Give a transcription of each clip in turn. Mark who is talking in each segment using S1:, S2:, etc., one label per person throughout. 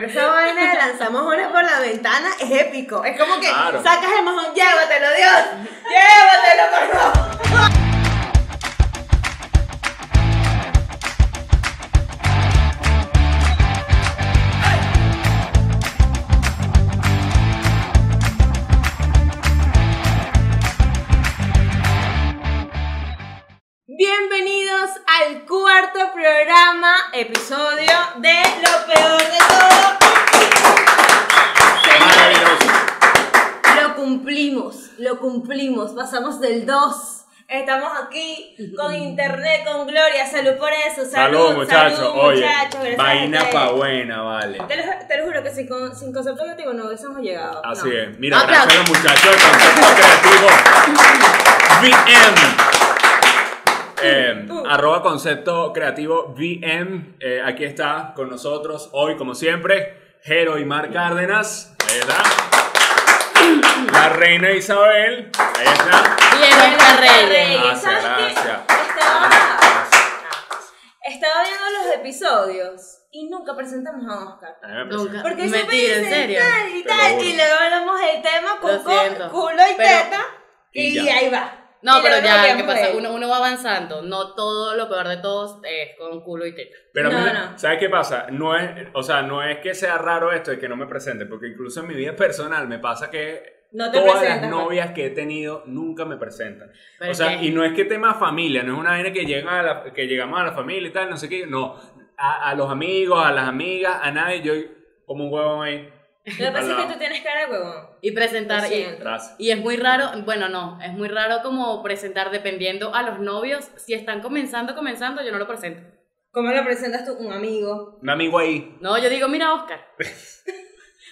S1: Esa vaina de lanzamos mojones por la ventana es épico. Es como que
S2: Claro.
S1: sacas el mojón, llévatelo, Dios. Llévatelo, por favor. Bienvenidos al cuarto programa, episodio de Lo Peor de Todo. Señores,
S2: Maravilloso.
S1: lo cumplimos, lo cumplimos, pasamos del 2. Estamos aquí con internet, con gloria, salud por eso, salud,
S2: Salud, muchachos.
S1: salud,
S2: Oye,
S1: muchachos, gracias a
S2: vaina
S1: ustedes.
S2: pa' buena, vale.
S1: Te lo, te lo juro que sin, con- sin concepto creativo no hubiésemos llegado.
S2: Así
S1: no.
S2: es. Mira,
S1: Aplausos.
S2: gracias a los muchachos del concepto creativo. VM. Eh,
S1: Uh.
S2: arroba concepto creativo VM. Eh, aquí está con nosotros hoy, como siempre, Jero y Mar Cárdenas. Ahí está. La reina Isabel. Ahí está.
S1: Buenas tardes.
S2: Gracias,
S1: ¿Sabes qué?
S2: gracias.
S1: Estaba, estaba viendo los episodios y nunca presentamos a Oscar.
S2: A mí me presenta.
S3: Nunca.
S1: Porque
S3: Mentira,
S1: siempre dicen
S3: ¿en serio?
S1: tal y
S2: Te
S1: tal,
S2: lo juro.
S1: y luego hablamos del tema con
S3: Lo
S1: co-
S3: siento.
S1: culo y
S3: Pero-
S1: teta,
S2: y
S1: y,
S2: ya.
S1: ahí va.
S3: No,
S1: Y
S3: pero
S1: luego
S3: ya,
S1: hablamos
S3: ¿qué
S1: de
S3: pasa?
S1: él.
S3: Uno, uno va avanzando. No todo lo peor de todos es con culo y teta.
S2: Pero a mí
S1: No,
S2: me-
S1: no.
S2: ¿sabes qué pasa? No es, o sea, no es que sea raro esto de que no me presente, porque incluso en mi vida personal me pasa que
S1: No te pues.
S2: todas
S1: presentas,
S2: las
S1: Juan.
S2: novias que he tenido nunca me presentan.
S3: Pero
S2: o
S3: es
S2: sea,
S3: que-
S2: y no es que tema familia, no es una vaina que llega a la- que llegamos a la familia y tal, no sé qué, no, a, a los amigos, a las amigas, a nadie, yo como un huevón ahí.
S1: Lo que pasa es
S2: Al
S1: que
S2: lado.
S1: tú tienes cara de huevón.
S3: Y presentar.
S1: Lo
S3: Y,
S1: siento.
S2: Gracias.
S3: y es muy raro, bueno, no, es muy raro como presentar dependiendo a los novios. Si están comenzando, comenzando, yo no lo presento.
S1: ¿Cómo lo presentas tú? Un amigo.
S2: Un amigo ahí.
S3: No, yo digo, mira, Oscar.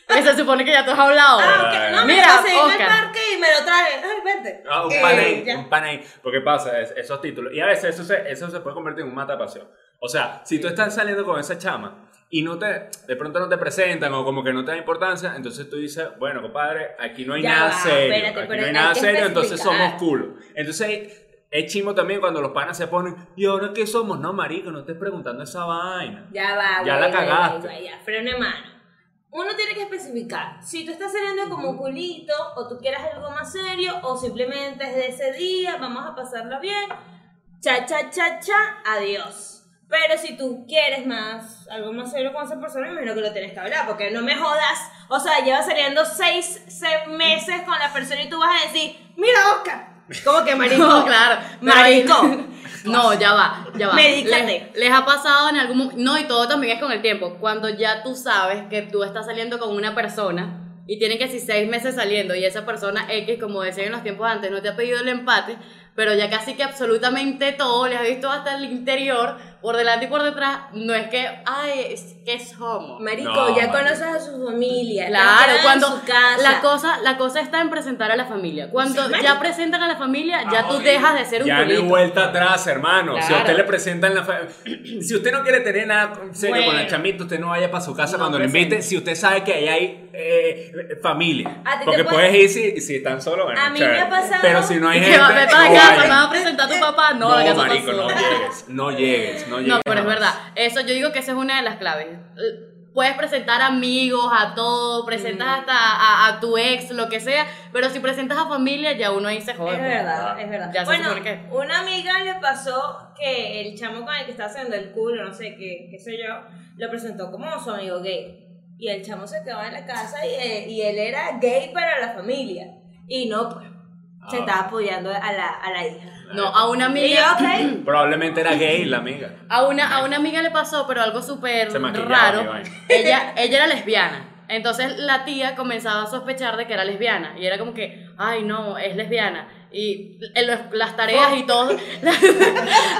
S3: Porque se supone que ya tú has hablado.
S1: Ah, ok,
S2: Ay,
S1: No, me
S3: mira,
S1: lo conseguí en el
S3: Oscar.
S1: parque y me lo trae. Ay, vente.
S2: Ah, un
S1: Eh,
S2: pan ahí,
S1: ya.
S2: un pan ahí. Porque pasa, es- esos títulos. Y a veces eso se, eso se puede convertir en un mata pasión. O sea, si tú estás saliendo con esa chama y no te, de pronto no te presentan o como que no te da importancia, entonces tú dices, bueno, compadre, aquí no hay
S1: Ya
S2: nada
S1: va,
S2: serio.
S1: espérate,
S2: aquí
S1: pero
S2: no hay
S1: hay
S2: nada
S1: que
S2: serio, entonces
S1: especificar.
S2: somos culo. Entonces es chimo también cuando los panas se ponen, ¿y ahora qué somos? No, marico, no estés preguntando esa vaina.
S1: Ya va,
S2: Ya
S1: güey,
S2: la
S1: güey,
S2: cagaste.
S1: güey, ya, frene mano. Uno tiene que especificar si tú estás saliendo como culito o tú quieras algo más serio o simplemente es de ese día, vamos a pasarlo bien. Cha, cha, cha, cha, adiós. Pero si tú quieres más, algo más serio con esa persona, me imagino que lo tienes que hablar, porque no me jodas. O sea, llevas saliendo seis, seis meses con la persona y tú vas a decir, mira, Oscar. Como que marico.
S3: No, claro. pero ahí-
S1: Marico.
S3: No, ya va, ya va.
S1: Medícate.
S3: Les, les ha pasado en algún momento. No, y todo también es con el tiempo. Cuando ya tú sabes que tú estás saliendo con una persona y tienen que si seis meses saliendo y esa persona X, como decían en los tiempos antes, no te ha pedido el empate, pero ya casi que absolutamente todo, les ha visto hasta el interior, por delante y por detrás, no es que, ay, es que es homo.
S1: Marico,
S2: No,
S1: ya
S2: marico.
S1: conoces a su familia.
S3: Claro, cuando
S1: En su casa.
S3: la cosa la cosa está en presentar a la familia. Cuando
S1: Sí, marico.
S3: ya presentan a la familia, ya
S2: Ah,
S3: tú
S2: ok.
S3: dejas de ser un
S2: Ya no hay
S3: culito.
S2: vuelta atrás, hermano. Si a
S3: Claro.
S2: usted le presentan la. fa- Si usted no quiere tener nada serio con la
S3: Bueno.
S2: chamita, usted no vaya para su casa
S3: No
S2: cuando le
S3: presente.
S2: invite. Si usted sabe que ahí hay eh, familia.
S1: A ti te
S2: Porque
S1: puede-
S2: puedes ir si, si están solos. bueno,
S1: A mí me
S2: chévere.
S1: ha pasado-
S2: Pero si no hay
S3: Y
S2: gente.
S3: que va, ve
S2: no
S3: para la casa,
S2: vaya.
S3: me va a presentar a tu papá. No,
S2: No,
S3: la casa
S2: marico,
S3: pasó.
S2: no llegues. No llegues. No llegues.
S3: No, pero es
S2: jamás.
S3: verdad. Eso yo digo que esa es una de las claves. Eh, Puedes presentar amigos, a todo,
S1: Mm.
S3: presentas hasta a, a tu ex, lo que sea, pero si presentas a familia, ya uno ahí se jode.
S1: Es verdad,
S2: Ah,
S1: es verdad.
S3: Ya se
S1: bueno,
S3: supone que-
S1: una amiga le pasó que el chamo con el que está haciendo el culo, no sé qué, qué sé yo, lo presentó como su amigo gay. Y el chamo se quedaba en la casa y, eh, y él era gay para la familia. Y no, pues, se
S2: Ah.
S1: estaba apoyando a la, a la hija.
S3: No, a una
S1: Y yo,
S3: amiga.
S1: ok.
S2: Probablemente era gay la amiga.
S3: A una, a una amiga le pasó, pero algo súper
S2: Se maquillaba, mi
S3: raro.
S2: vaina.
S3: Ella, ella era lesbiana. Entonces la tía comenzaba a sospechar de que era lesbiana. Y era como que, ay, no, es lesbiana. Y en los- las tareas y todo. Las,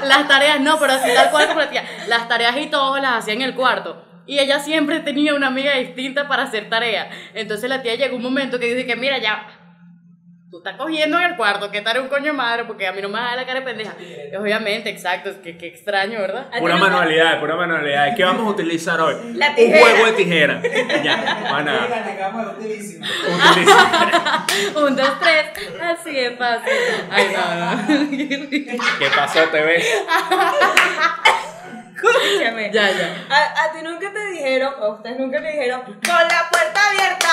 S3: las tareas, no, pero así tal cual como la tía. Las tareas y todo las hacía en el cuarto. Y ella siempre tenía una amiga distinta para hacer tarea. Entonces la tía llegó un momento que dice que, mira, ya, tú estás cogiendo en el cuarto, que tal un coño de madre, porque a mí no me da la cara de pendeja. Obviamente, exacto, es que, que extraño, ¿verdad?
S1: ¿A ti
S2: Pura
S1: no te-
S2: manualidad, pura manualidad. ¿Qué vamos a utilizar hoy?
S1: La
S2: Un
S1: tijera.
S2: juego de tijera. Ya, van a
S4: Oigan, acabamos de utilísimo.
S2: utilizar.
S3: Un, dos, tres, así es fácil. Ay, no, no.
S2: ¿Qué pasó, te ves?
S1: Escúchame.
S3: Ya, ya.
S1: A, a ti nunca te dijeron, o a ustedes nunca le dijeron, con la puerta abierta.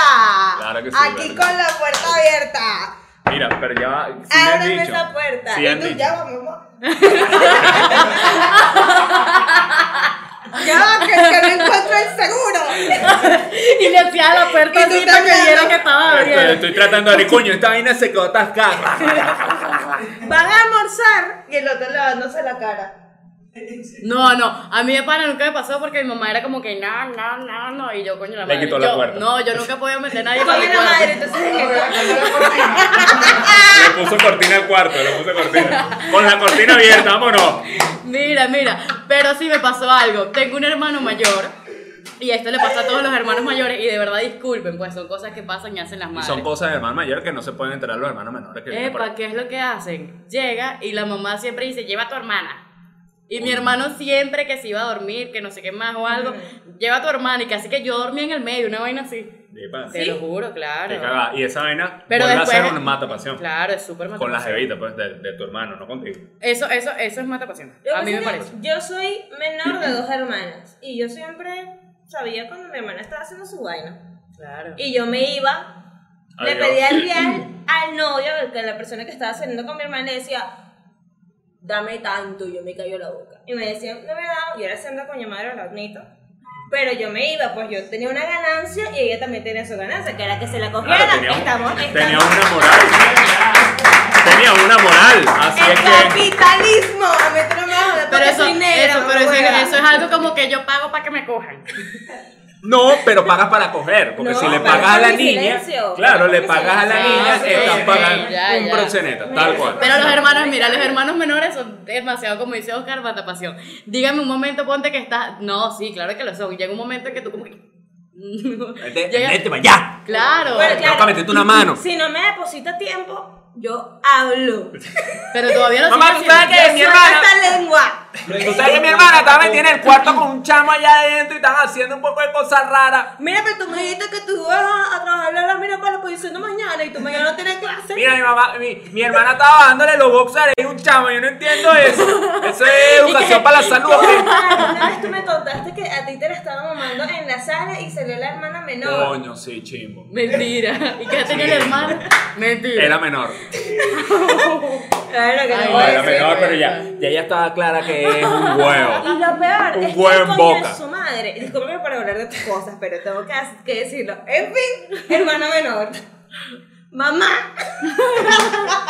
S2: Claro que sí,
S1: Aquí
S2: claro que
S1: con
S2: sí.
S1: la puerta abierta.
S2: Mira, pero ya va. sí me han
S1: Ábreme
S2: dicho.
S1: esa puerta.
S2: Sí
S1: y
S2: han
S1: tú,
S2: dicho.
S1: ya va, mi amor. ya va, que, que no encuentro el seguro.
S3: Y le hacía la puerta
S1: Y
S3: así
S1: tú
S3: para que
S1: tocando.
S3: viera que estaba
S2: Estoy,
S3: abierta.
S2: estoy tratando de coño, esta vaina se quedó atascada.
S1: Van a almorzar y el otro lavándose la cara.
S3: No, no, a mí de pana nunca me pasó porque mi mamá era como que no, no, no, no, y yo coño la
S2: Le
S3: madre.
S2: quitó la
S3: Yo-
S2: puerta.
S3: No, yo nunca podía meter a nadie para mi
S1: Coño la
S3: cuarto.
S1: madre, entonces es que-
S2: Le puso cortina al cuarto, le puso cortina. Con la cortina abierta, vámonos.
S3: Mira, mira, pero sí me pasó algo. Tengo un hermano mayor y esto le pasa a todos los hermanos mayores y de verdad disculpen, pues son cosas que pasan y hacen las
S2: Y
S3: madres.
S2: son cosas de hermano mayor que no se pueden enterar los hermanos menores que vienen por
S3: Epa,
S2: ahí.
S3: ¿qué es lo que hacen? Llega y la mamá siempre dice, lleva a tu hermana. Y mi hermano siempre que se iba a dormir, que no sé qué más o algo, lleva a tu hermana y que así que yo dormía en el medio, una vaina así.
S2: Epa,
S3: Te lo juro, claro.
S2: qué cagada. Y esa vaina
S3: Pero
S2: vuelve
S3: después-
S2: a ser una mata pasión.
S3: Claro, es súper
S2: Con la
S3: matapasión.
S2: jevita, pues, de, de tu hermano, no contigo.
S3: Eso, eso, eso es matapasión.
S1: Lo que
S3: A mí me
S1: pasa es
S3: parece.
S1: que Yo soy menor de dos hermanas y yo siempre sabía cuando mi hermana estaba haciendo su vaina.
S3: Claro.
S1: Y yo me iba, le
S2: Adiós.
S1: pedía el real al novio, al que la persona que estaba saliendo con mi hermana le decía, dame tanto, y yo me cayó la boca. Y me decían, no me daba, y ahora se anda con mi madre, lo admito. Pero yo me iba, pues yo tenía una ganancia y ella también tenía su ganancia, que era que se la cogiera.
S2: Claro, tenía, un-
S1: estamos,
S2: tenía
S1: estamos-
S2: una moral. Tenía una moral. Así
S1: ¡El
S2: es que.
S1: capitalismo! A mí tú no me vas a joder porque
S3: Pero
S1: pues,
S3: eso,
S1: soy negra,
S3: eso, pero eso,
S1: huevona.
S3: eso es algo como que yo pago para que me cojan.
S2: No, pero pagas para coger. Porque
S1: No,
S2: si le
S1: pero
S2: pagas a
S1: con
S2: la
S1: mi
S2: niña.
S1: silencio,
S2: Claro,
S1: con
S2: le
S1: mi
S2: pagas a la
S1: silencio.
S2: niña,
S3: Sí,
S2: estás
S3: sí,
S2: pagando
S3: ya,
S2: un
S3: ya.
S2: proxeneta, tal cual.
S3: Pero los hermanos, mira, los hermanos menores son demasiado, como dice Oscar, matapasión. Dígame un momento, ponte que estás. No, sí, claro que lo son. Llega un momento en que tú como que.
S2: Vete,
S3: Llega-
S2: vete para allá.
S3: Claro.
S1: Bueno,
S2: Tengo que meterte una mano.
S1: Si no me deposita tiempo, yo hablo.
S3: Pero todavía no
S2: Mamá,
S3: sigue
S2: ¿tú sabes
S3: haciendo.
S2: qué?
S1: Yo
S2: mi
S1: suelto
S2: hermana.
S1: esta lengua.
S2: Tú sabes que mi hermana estaba metida en el cuarto con un chamo allá adentro y estaban haciendo un poco de cosas raras.
S1: Mira, pero tú me dijiste que tú vas a- a trabajar a la mira para la posición de mañana y tú mañana no tienes clase.
S2: Mira, mi mamá, mi, mi hermana estaba dándole los boxers a un chamo, yo no entiendo eso. Eso es educación para la salud. ¿o qué?
S1: Ah, Una vez tú me contaste que a ti te la estaban mamando en la sala y salió la hermana menor.
S2: Coño, sí, chimbo.
S3: Mentira. ¿Y qué tenía el hermano? Mentira.
S2: Era menor.
S1: Claro que
S3: Ay,
S1: no.
S3: no,
S1: puede
S2: Era
S1: ser.
S2: menor, pero ya, ya ella estaba clara que es un huevo.
S1: Y lo peor
S2: Un
S1: es que
S2: huevo
S1: el
S2: en
S1: coño
S2: boca.
S1: de su madre. Discúlpame para hablar de tus cosas, pero tengo que, que decirlo. En fin, hermano menor. Mamá.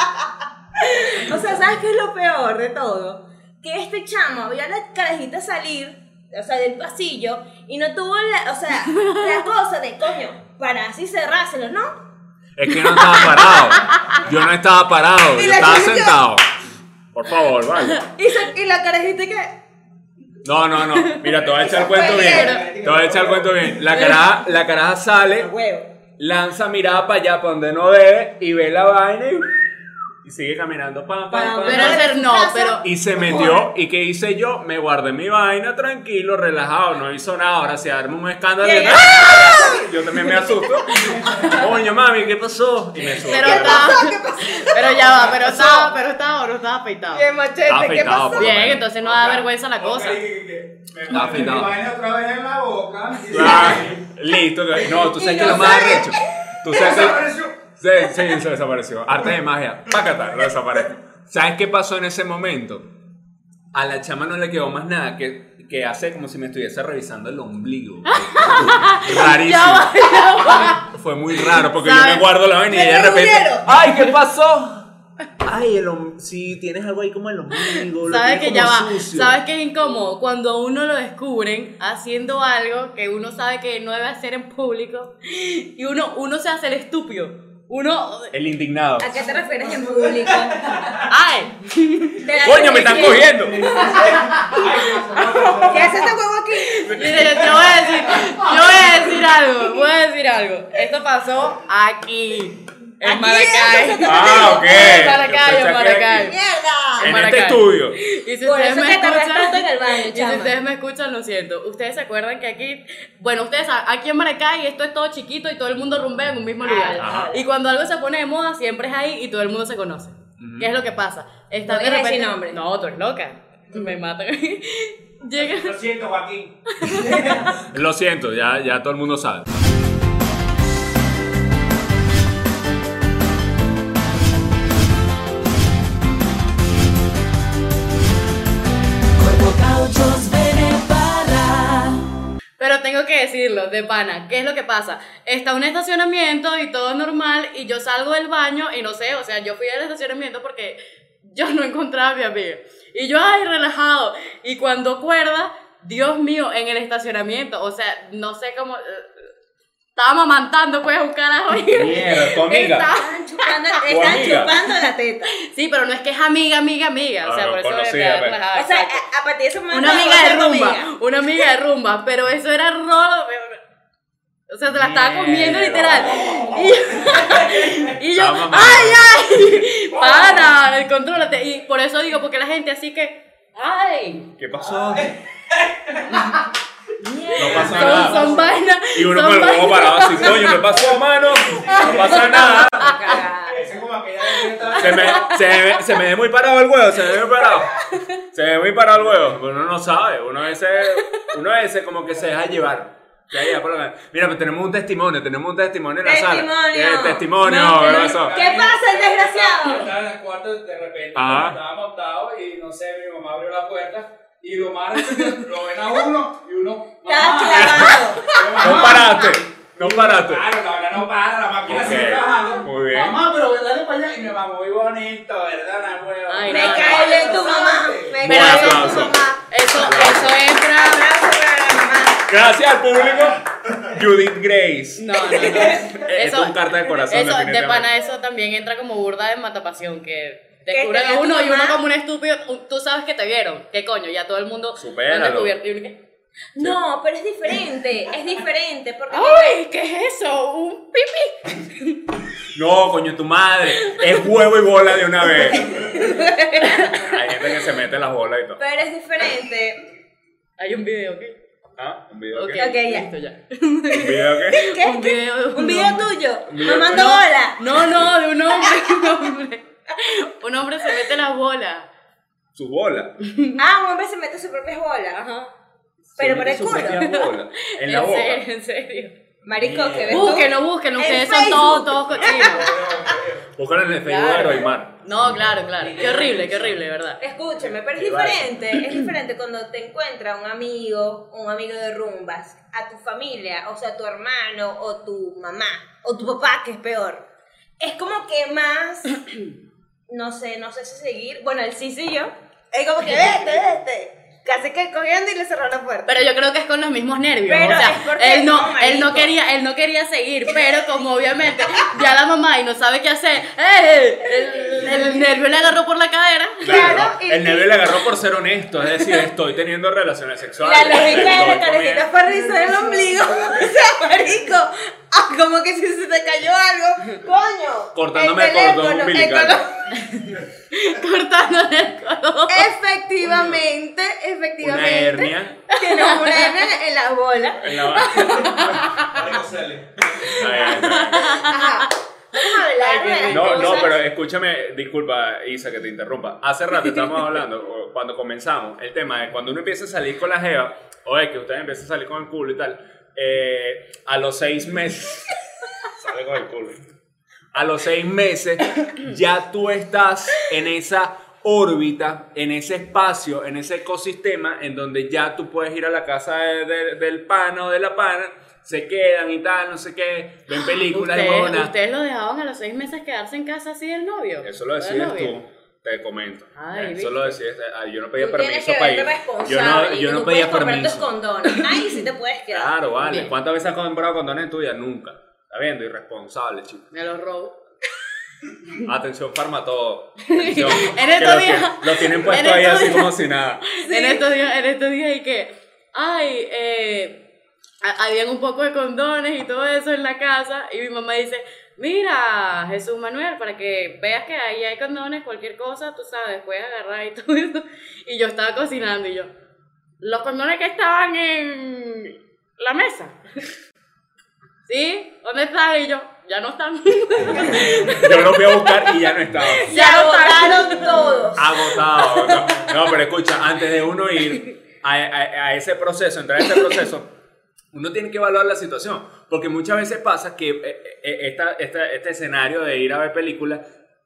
S1: o sea, ¿sabes qué es lo peor de todo? Que este chamo vio a la carajita salir, o sea, del pasillo, y no tuvo la, o sea, la cosa de coño, para así cerrárselo, ¿no?
S2: Es que no estaba parado. Yo no estaba parado,
S1: Y
S2: yo
S1: la
S2: estaba
S1: solución.
S2: sentado. Por favor, vale.
S1: Y, se- y la carajita que.
S2: No, no, no. Mira, te voy a echar el cuento
S1: Fue
S2: bien.
S1: bien.
S2: Te voy a echar el cuento bien. La caraja, la caraja
S1: "A
S2: sale,
S1: huevo.
S2: lanza mirada para allá, para donde no debe, y ve la vaina y, y sigue caminando. pam, pam, pam,
S3: Pero
S2: pam.
S3: ser no, pero.
S2: Y se metió, ¿y qué hice yo? Me guardé mi vaina tranquilo, relajado, no hizo nada. Ahora se arma un escándalo.
S1: Y
S2: yo-
S1: ella-
S2: ¡Ah! Yo también me asusto. Coño, mami, ¿qué pasó? Y me subo.
S3: Pero estaba. Pero ya va, pero estaba, pero estaba o no estaba afeitado.
S1: Bien, machete,
S2: Está
S1: ¿qué
S2: afeitado,
S1: pasó?
S2: por lo
S3: Bien,
S2: menos.
S3: entonces no da vergüenza la
S4: Ok,
S3: cosa.
S4: que- que-
S2: Está
S4: me metí mi
S2: afeitado.
S4: vaina otra vez en la boca. y-
S2: Claro, Listo. No, tú
S1: Y
S2: sabes que
S1: no
S2: lo más
S1: sale.
S2: arrecho. Tú sabes que-
S4: Desapareció.
S2: Sí, sí, se desapareció. Arte de magia. Pácata, lo desapareció. ¿Sabes qué pasó en ese momento? A la chama no le quedó más nada que, que hace como si me estuviese revisando el ombligo.
S3: Ya va,
S2: Rarísimo.
S3: ya va.
S2: Fue muy raro porque yo
S3: ¿Sabes?
S2: me guardo la vaina y
S1: Me
S2: de repente.
S1: rehuyeron.
S3: Ah.
S2: ¡Ay, qué pasó! Ay, el om- sí, tienes algo ahí como el ombligo. lo
S3: Sabes
S2: tienes
S3: que
S2: como
S3: ya va,
S2: sucio.
S3: sabes que es incómodo cuando a uno lo descubren haciendo algo que uno sabe que no debe hacer en público y uno, uno se hace el estúpido. Uno,
S2: El indignado.
S1: ¿A qué te refieres en público?
S3: ay,
S1: De la
S2: ¡Coño, me están
S1: televisión.
S2: cogiendo!
S1: ¿Qué hace este huevo aquí?
S3: mire, yo te voy a decir, yo voy a decir algo, voy a decir algo. Esto pasó aquí, en
S1: Aquí,
S3: Maracay.
S1: entonces,
S2: Ah, ok.
S3: En Maracay,
S2: Yo pensé
S3: en
S2: que
S3: Maracay.
S1: ¡Mierda!
S2: En
S3: Maracay.
S2: este estudio.
S3: Y si
S1: Por
S3: ustedes
S1: eso
S3: me
S1: que tardas
S3: escuchan-
S1: tanto en el baño,
S3: y si
S1: chama.
S3: ustedes me escuchan, lo siento. Ustedes se acuerdan que aquí, bueno, ustedes saben, aquí en Maracay esto es todo chiquito y todo el mundo rumbea en un
S1: Ah,
S3: mismo lugar.
S1: Ajá.
S3: Y cuando algo se pone de moda, siempre es ahí y todo el mundo se conoce. ¿Qué es lo que pasa? Está
S1: No
S3: de
S1: digas
S3: repente-
S1: ese nombre.
S3: No, tú eres loca. Me matan. Llega-
S4: Lo siento, Joaquín.
S2: Lo siento, ya, ya todo el mundo sabe.
S5: Cuerpo Cauchos Beneparra.
S3: Pero tengo que decirlo, de pana, ¿qué es lo que pasa? Está un estacionamiento y todo normal y yo salgo del baño y no sé, o sea, yo fui al estacionamiento porque yo no encontraba a mi amiga. Y yo, ay, relajado. Y cuando cuerda, Dios mío, en el estacionamiento, o sea, no sé cómo... eh, Estaba mamantando pues un carajo y...
S2: Mierda, tu amiga.
S3: Estaba-
S1: Están chupando,
S2: O
S1: están
S2: amiga.
S1: chupando la teta.
S3: Sí, pero no es que es amiga, amiga, amiga. o
S2: Ah,
S3: sea,
S2: no,
S3: por eso
S2: conocida,
S3: quedé
S2: pues.
S3: relajada,
S1: O sea,
S3: exacto.
S1: a, a partir de ese momento.
S3: Una amiga
S1: va a
S3: de
S1: ser tu
S3: rumba,
S1: amiga.
S3: una amiga de rumba, pero eso era rolo. O sea, te la estaba comiendo literal. Y, y yo,
S2: Está mamada.
S3: ay, ay, para, contrólate. Y por eso digo, porque la gente así que, ay,
S2: ¿Qué pasó? No
S3: son,
S2: pasa nada.
S3: son vainas.
S2: y uno
S3: son
S2: con el huevo
S3: vainas.
S2: parado así, coño, ¿qué pasó, hermano? No pasa nada.
S1: Cagada.
S4: Eh, Ese es como aquella que está-
S2: Se me, se, me- se me ve muy parado el huevo, se me ve muy parado. Se me ve muy parado el huevo. Uno no sabe, uno ese, uno ese como que se deja llevar. Se deja llevar por la- Mira, pues tenemos un testimonio, tenemos un testimonio en la sala.
S1: Testimonio.
S2: Eh, testimonio,
S3: No,
S2: ¿qué
S3: no,
S2: pasó?
S1: ¿Qué pasa, el desgraciado?
S4: Estaba en el cuarto de repente,
S2: Ajá.
S4: estaba montado y no sé, mi mamá abrió la puerta y lo más lo ven a uno y uno.
S1: Estás
S4: "Mamá".
S1: clavado.
S2: No paraste, no paraste.
S4: Claro, la verdad no para, la máquina
S2: Ok,
S4: sigue trabajando.
S2: muy bien.
S4: Mamá, pero dale para allá. Y mi mamá, muy bonito, ¿verdad? Una nueva.
S3: Ay,
S1: Me
S3: no,
S1: cae bien tu mamá. Me cae
S2: Buen
S1: bien tu
S2: aplauso.
S1: mamá.
S3: Eso, eso es pra-
S1: Aplauso para la mamá.
S2: Gracias al público. Judith Grace.
S3: No, no, no.
S2: es un carta de corazón,
S3: Eso, de
S2: definitivamente.
S3: pana, eso también entra como burda de matapasión, que
S1: te
S3: descubren
S1: vea
S3: a
S1: tu
S3: uno y
S1: mamá.
S3: uno como un estúpido. un- Tú sabes que te vieron. ¿Qué coño? Ya todo el mundo.
S2: Supéralo.
S3: lo han descubierto, y uno que,
S1: No, pero es diferente. Es diferente. Porque
S3: ¡Ay! ¿Qué es eso? ¿Un pipí?
S2: No, coño, tu madre. Es huevo y bola de una vez. Hay gente que se mete las bolas y todo.
S1: Pero es diferente.
S3: Hay un video, ¿ok?
S2: ¿Ah? ¿Un video
S3: Ok,
S2: qué?
S1: Ok, ya.
S3: listo, ya.
S2: ¿Un video qué?
S1: ¿Qué?
S3: Un video de
S1: Un video
S3: hombre.
S1: tuyo.
S2: video
S1: Mamando
S3: No,
S1: bola.
S3: No, no, de un hombre. Un hombre, un hombre se mete las bolas.
S2: Su bola.
S1: Ah, un hombre se mete sus propias bolas. Ajá. Pero por el
S2: Su
S1: culo.
S2: propia bola. En la boca.
S3: serio, en serio.
S1: Marico, Uh, que ves tú?
S3: Búsquenlo, búsquenlo.
S1: En
S3: Ustedes son
S1: Facebook.
S3: todos, todos cochinos.
S2: Búscalo en el Facebook de
S3: Claro.
S2: Aroimar.
S3: No, claro, claro. Qué horrible, qué horrible, de ¿verdad?
S1: Escúchame, pero es
S2: Qué vaso.
S1: diferente, es diferente cuando te encuentra un amigo, un amigo de rumbas, a tu familia, o sea, tu hermano, o tu mamá, o tu papá, que es peor. Es como que más, no sé, no sé si seguir, bueno, el sí sí yo, es como que vete, vete, casi que cogiendo y le cerró la puerta.
S3: Pero yo creo que es con los mismos nervios.
S1: Pero
S3: o sea,
S1: es porque
S3: él no,
S1: no,
S3: él no
S1: marico.
S3: quería, él no quería seguir, pero como obviamente ya la mamá y no sabe qué hacer, ¡eh! el, el nervio le agarró por la cadera.
S1: Claro,
S2: Claro,
S1: y-
S2: el nervio le agarró por ser honesto, es decir, estoy teniendo relaciones
S1: La
S2: sexuales.
S1: lógica de
S2: estoy
S1: la carajita
S2: comiendo.
S1: fue rizar el ombligo, o sea, marico, ah, como que si se te cayó algo, coño.
S2: Cortándome el
S1: teléfono,
S2: cordón umbilical.
S1: cordón-
S3: Cortándole el codo.
S1: Efectivamente,
S2: Una
S1: efectivamente.
S2: hernia
S1: Tiene una hernia en la bola.
S2: en la boca.
S4: Algo sale.
S1: Ajá. Vamos a hablar de las
S2: No, no,
S1: cosas.
S2: pero escúchame, disculpa Isa que te interrumpa. Hace rato estábamos hablando, o cuando comenzamos, el tema de cuando uno empieza a salir con la jeva, o es que ustedes empiezan a salir con el culo y tal, eh, a los seis meses, sale con el culo, a los seis meses ya tú estás en esa órbita, en ese espacio, en ese ecosistema en donde ya tú puedes ir a la casa de- de- del pana o de la pana, se quedan y tal, no sé qué, ven películas y
S3: ¿Ustedes,
S2: huevonas.
S3: ustedes lo dejaban a los seis meses quedarse en casa así del novio.
S2: Eso lo
S3: ¿O de
S2: decides
S3: novia?
S2: tú, te comento.
S3: Ay,
S2: Eh,
S3: ¿viste?
S2: eso lo decides. ah, Yo no pedía
S1: Tú tienes
S2: permiso
S1: que
S2: para
S1: verte
S2: ir.
S1: responsable.
S2: Yo no,
S1: y
S2: yo
S1: tú
S2: no
S1: puedes
S2: pedía
S1: comprar tus
S2: permiso. Ah.
S1: condones. Ahí sí te puedes quedar.
S2: Claro, vale.
S3: Bien.
S2: ¿Cuántas veces has comprado condones tuyas? Nunca. Está viendo, irresponsable, chico.
S3: Me lo robo.
S2: Atención, farmatodo.
S3: En estos días-
S2: Lo tienen
S3: en
S2: puesto
S3: estos
S2: ahí así
S3: días-
S2: como si nada.
S3: En estos días, en estos días y que, ay, eh, ha- habían un poco de condones y todo eso en la casa y mi mamá dice, mira, Jesús Manuel, para que veas que ahí hay condones, cualquier cosa, tú sabes, puedes agarrar y todo eso. Y yo estaba cocinando y yo, los condones que estaban en la mesa. ¿Sí? ¿Dónde están? Y yo, ya no están.
S2: Yo lo fui a buscar y ya no estaba.
S1: Se agotaron todos.
S2: Agotado. No, no, pero escucha, antes de uno ir, a, a- a ese proceso, entrar a ese proceso, uno tiene que evaluar la situación. Porque muchas veces pasa que eh, eh, esta- esta- este escenario de ir a ver películas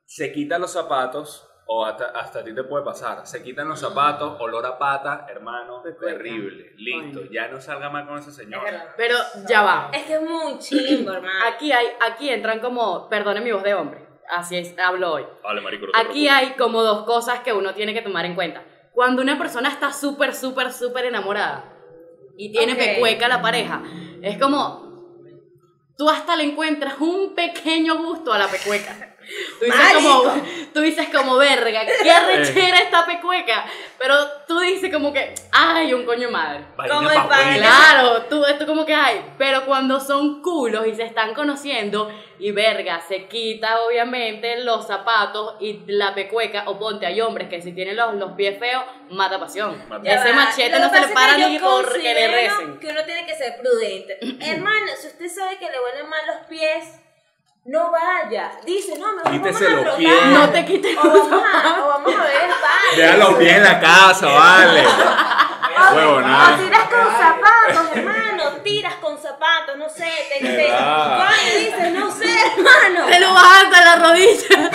S2: se quitan los zapatos. O hasta, hasta a ti te puede pasar. Se quitan los zapatos, olor a pata, hermano,
S3: Te cuelgan.
S2: terrible. Listo,
S3: Coño.
S2: ya no salga más con ese señor.
S3: Pero ya va.
S1: Es que es muy chimbo,
S2: Ah.
S1: hermano.
S3: Aquí hay, aquí entran como, perdone mi voz de hombre, así es, hablo hoy.
S2: Vale, marico, no te
S3: Aquí
S2: preocupes.
S3: hay como dos cosas que uno tiene que tomar en cuenta. Cuando una persona está súper, súper, súper enamorada y tiene
S1: Ok.
S3: pecueca la pareja, es como, tú hasta le encuentras un pequeño gusto a la pecueca. Tú dices, como, tú dices como, verga, qué arrechera esta pecueca. Pero tú dices como que, ay, un coño madre.
S2: Vaina
S1: Como el
S2: pa'
S1: pan.
S2: abuela.
S3: Claro, tú, esto como que hay, pero cuando son culos y se están conociendo y verga, se quita obviamente los zapatos y la pecueca o ponte, hay hombres que si tienen los, los pies feos, mata pasión.
S2: Mata.
S1: Ya
S3: Ese
S1: va.
S3: machete
S1: Lo
S3: no
S1: que
S3: se le
S1: pasa es
S3: para
S1: que yo
S3: ni porque le
S1: considero
S3: recen.
S1: Que uno tiene que ser prudente. Hermano, si usted sabe que le huelen mal los pies, no vaya. Dice, no, me vamos
S2: Quítese
S1: a
S2: los
S1: drogar.
S2: pies.
S3: No te quites
S1: o
S3: los
S1: vamos a, o vamos a ver baile.
S2: Deja los pies en la casa, vale. Huevo,
S1: O
S2: nada.
S1: tiras con zapatos, hermano. Tiras con zapatos, no sé. Te, te,
S2: va.
S1: coño, dices, no sé, hermano.
S3: te lo bajan hasta la rodilla.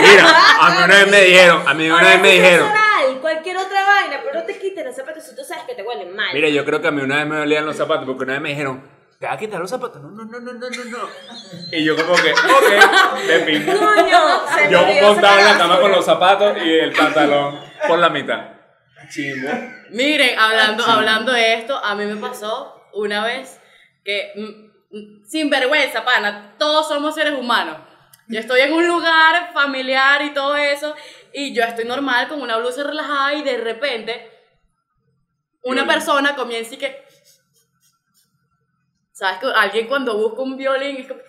S2: Mira, a mí una vez me dijeron, a mí
S1: O
S2: una vez
S1: haces
S2: me dijeron.
S1: sal, Cualquier otra vaina, pero no te quites los zapatos si tú sabes que te huelen mal.
S2: Mira, yo creo que a mí una vez me olían los zapatos, porque una vez me dijeron, te vas a quitar los zapatos. No, no, no, no, no, no, no. Y yo como que, ok, de fin.
S1: Coño, se me
S2: Yo
S1: olvidó
S2: montado en la
S1: sacar
S2: cama con los zapatos y el pantalón por la mitad. Chimbo.
S3: Miren, hablando, hablando de esto, a mí me pasó una vez que, mm, mm, sin vergüenza, pana, todos somos seres humanos. Yo estoy en un lugar familiar y todo eso, y yo estoy normal con una blusa relajada y de repente una
S2: Violín.
S3: persona comienza y que... ¿Sabes que alguien cuando busca un violín es como...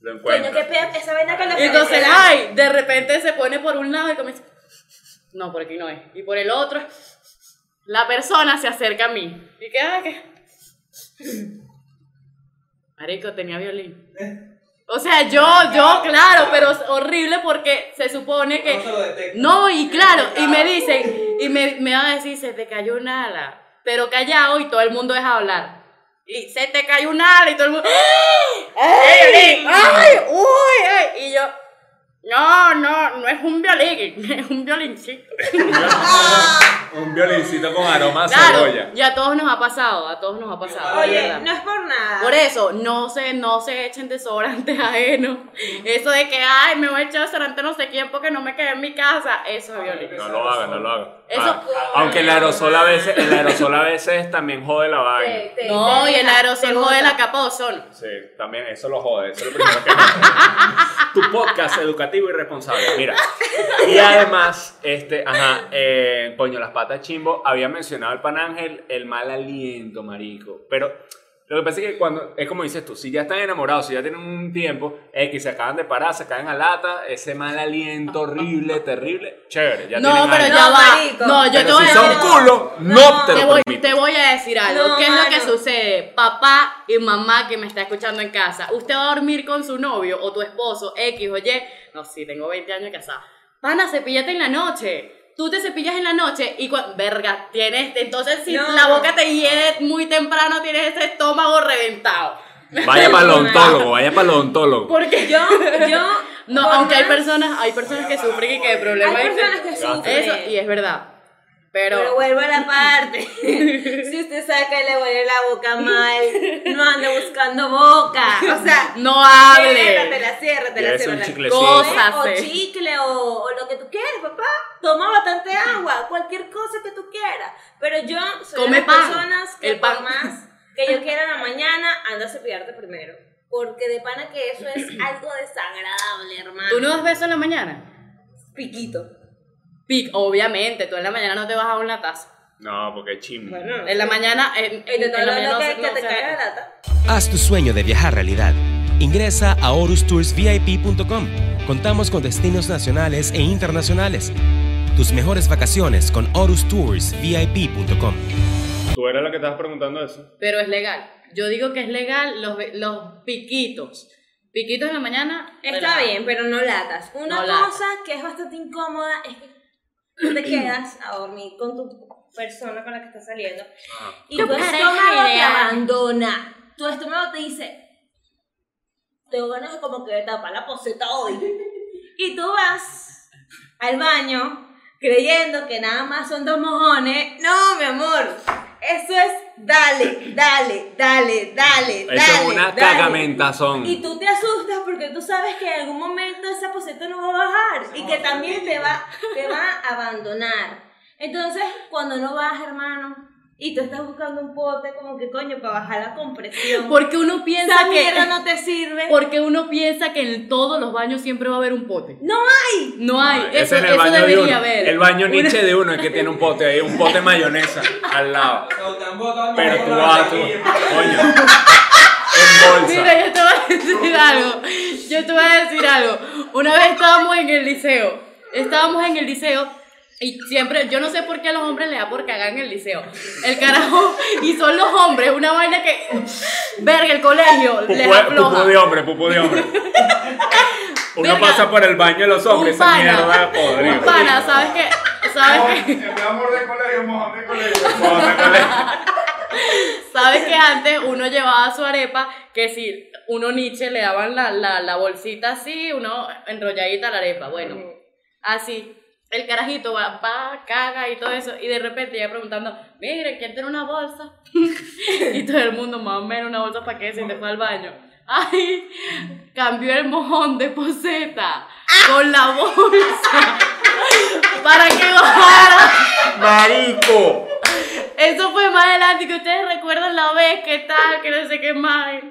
S2: Lo
S1: Coño, qué
S2: encuentro.
S1: pedo esa vaina con la
S3: Y entonces,
S1: frente.
S3: ay, de repente se pone por un lado y comienza. No, por aquí no es. Y por el otro, la persona se acerca a mí. Y que, ah, que. Marico, tenía violín.
S6: Eh.
S3: O sea, yo, yo, claro, pero es horrible porque se supone que.
S6: No se lo detecta.
S3: No, y claro, y me dicen, y me, me van a decir, se te cayó un ala. Pero callado y todo el mundo deja hablar. Y se te cayó un ala y todo el mundo. ¡Ay, violín! ¡Ay! ¡Uy! ay". Y yo. No, no, no es un violín, es un violincito.
S2: Un violincito con aroma a
S3: Claro,
S2: cebolla.
S3: y a todos nos ha pasado, a todos nos ha pasado. de
S1: Oye,
S3: verdad.
S1: no es por nada.
S3: Por eso, no se, no se echen desodorantes ajeno. Eso de que, ay, me voy a echar desodorante no sé quién porque no me quedé en mi casa, eso es violín.
S2: No lo hagan, no lo hagan.
S3: Eso-
S2: Ah, Aunque el aerosol a veces, el aerosol a veces también jode la vaina.
S1: Te- te-
S3: No,
S1: te
S3: y el
S1: deja,
S3: aerosol
S1: te
S3: jode
S1: bota.
S3: la capa de ozono.
S2: Sí, también eso lo jode, eso es lo primero que jode. Tu podcast educativo y responsable, mira. Y además, este, ajá, eh, coño, las patas chimbo, había mencionado el pan ángel, el mal aliento, marico. Pero lo que pasa es que cuando, es como dices tú, si ya están enamorados, si ya tienen un tiempo, es que se acaban de parar, se caen a lata, ese mal aliento horrible, terrible, chévere, ya
S3: no,
S2: tienen
S3: pero
S2: algo.
S3: ya
S1: No,
S3: va.
S1: marico.
S3: No, yo
S2: Pero
S3: te voy
S2: si
S3: a
S2: son
S3: decir.
S2: culo, no,
S1: No.
S2: te
S3: Te
S2: lo
S3: voy,
S2: permito.
S3: te voy a decir algo.
S1: No,
S3: ¿Qué es lo que
S1: mano.
S3: sucede? Papá y mamá que me está escuchando en casa. Usted va a dormir con su novio o tu esposo, X o Y. No, sí, tengo 20 años de casada. Pana, cepillate en la noche. Tú te cepillas en la noche y cuando. Verga, tienes. Entonces, si
S1: No.
S3: la boca te hiede muy temprano, tienes ese estómago reventado.
S2: Vaya para el odontólogo, vaya para el odontólogo.
S3: Porque
S1: Yo, yo.
S3: No,
S1: por
S3: aunque hay
S1: más-
S3: personas, hay personas que sufren y que de
S1: Hay
S3: problemas.
S1: personas que sufren.
S3: Eso, y es verdad.
S1: pero,
S3: Pero.
S1: vuelvo a la parte. si usted saca y le huele la boca mal, no ande buscando boca. O sea,
S3: No hable.
S1: ciérratela, ciérratela,
S2: Ya es un
S1: ciérratela.
S2: chiclecito.
S3: Cosa.
S1: O
S3: Hace.
S1: chicle o, o lo que tú quieras, papá. Toma bastante agua, cualquier cosa que tú quieras. Pero yo soy
S3: Come
S1: de las
S3: pan,
S1: personas que
S3: el
S1: por
S3: pan.
S1: más que yo quiera en la mañana, anda a cepillarte primero. Porque de pana que eso es algo desagradable, hermano.
S3: ¿Tú no das besos en la mañana?
S1: Piquito.
S3: Pic, obviamente, tú en la mañana no te vas a una taza.
S2: No, porque chimbo.
S1: Bueno,
S3: En la mañana. En,
S1: Y te
S3: en la mañana
S1: lo
S3: no
S1: que,
S3: se-
S1: que
S3: no
S1: te
S3: se-
S1: caiga la lata.
S7: Haz tu sueño de viajar realidad. Ingresa a orustoursvip.com. Contamos con destinos nacionales e internacionales. Tus mejores vacaciones con orustoursvip.com.
S2: Tú eras la que estabas preguntando eso.
S3: Pero es legal. Yo digo que es legal los, be- los piquitos. Piquitos en la mañana.
S1: Está
S3: relajado.
S1: bien, pero no latas. Una
S3: No latas.
S1: cosa que es bastante incómoda es que tú te quedas a dormir con tu persona con la que estás saliendo.
S2: Ajá.
S1: Y
S3: Tu
S1: tu
S3: pareja
S1: estómago te
S3: ideal.
S1: abandona. Tu estómago te dice, tengo ganas de como que de tapar la poseta hoy. Y tú vas al baño creyendo que nada más son dos mojones. No, mi amor. Eso es dale, dale, dale, dale, dale.
S2: Eso es una
S1: dale.
S2: cagamentazón.
S1: Y tú te asustas porque tú sabes que en algún momento esa poseta no va a bajar y que también te va, te va a abandonar. Entonces, cuando no baja, hermano, y tú estás buscando un pote como que coño para bajar la compresión,
S3: Porque uno piensa
S1: esa
S3: que.
S1: mierda no te sirve.
S3: Porque uno piensa que en todos los baños siempre va a haber un pote.
S1: No hay.
S3: No hay.
S2: Ay,
S3: eso
S2: Ah, ese es el
S3: eso
S2: baño de
S3: debería
S2: uno.
S3: haber.
S2: El baño
S3: Una-
S2: Nietzsche de uno es que tiene un pote ahí, un pote de mayonesa al lado.
S4: Pero te han botado mi
S2: Pero tú
S4: mejor
S2: vas, tú,
S4: amigo.
S2: coño, en bolsa.
S3: Mira, yo te voy a decir algo. Yo te voy a decir algo. Una vez estábamos en el liceo. Estábamos en el liceo. Y siempre, yo no sé por qué a los hombres les da por cagar en el liceo. El carajo, y son los hombres, una vaina que. Verga, el colegio les
S2: Pupú, pupú de
S3: afloja.
S2: hombre, pupú de hombre. Uno
S3: Verga.
S2: pasa por el baño de los hombres,
S3: Un
S2: esa mierda
S3: pana,
S2: podrida.
S3: un pana, ¿sabes qué? ¿Sabes qué?
S4: Me amor de colegio, mojón de colegio.
S3: ¿Sabes que antes uno llevaba su arepa? Que si uno Nietzsche le daban la, la, la bolsita así, uno enrolladita la arepa. Bueno, así. El carajito va, va, caga y todo eso. Y de repente ya preguntando, mire, ¿quién tiene una bolsa? y todo el mundo, más o menos, una bolsa para qué si te fue al baño. Ay, cambió el mojón de poseta con la bolsa para que bajara.
S2: Marico.
S3: Eso fue más adelante, que ustedes recuerdan la vez que tal, que no sé qué más.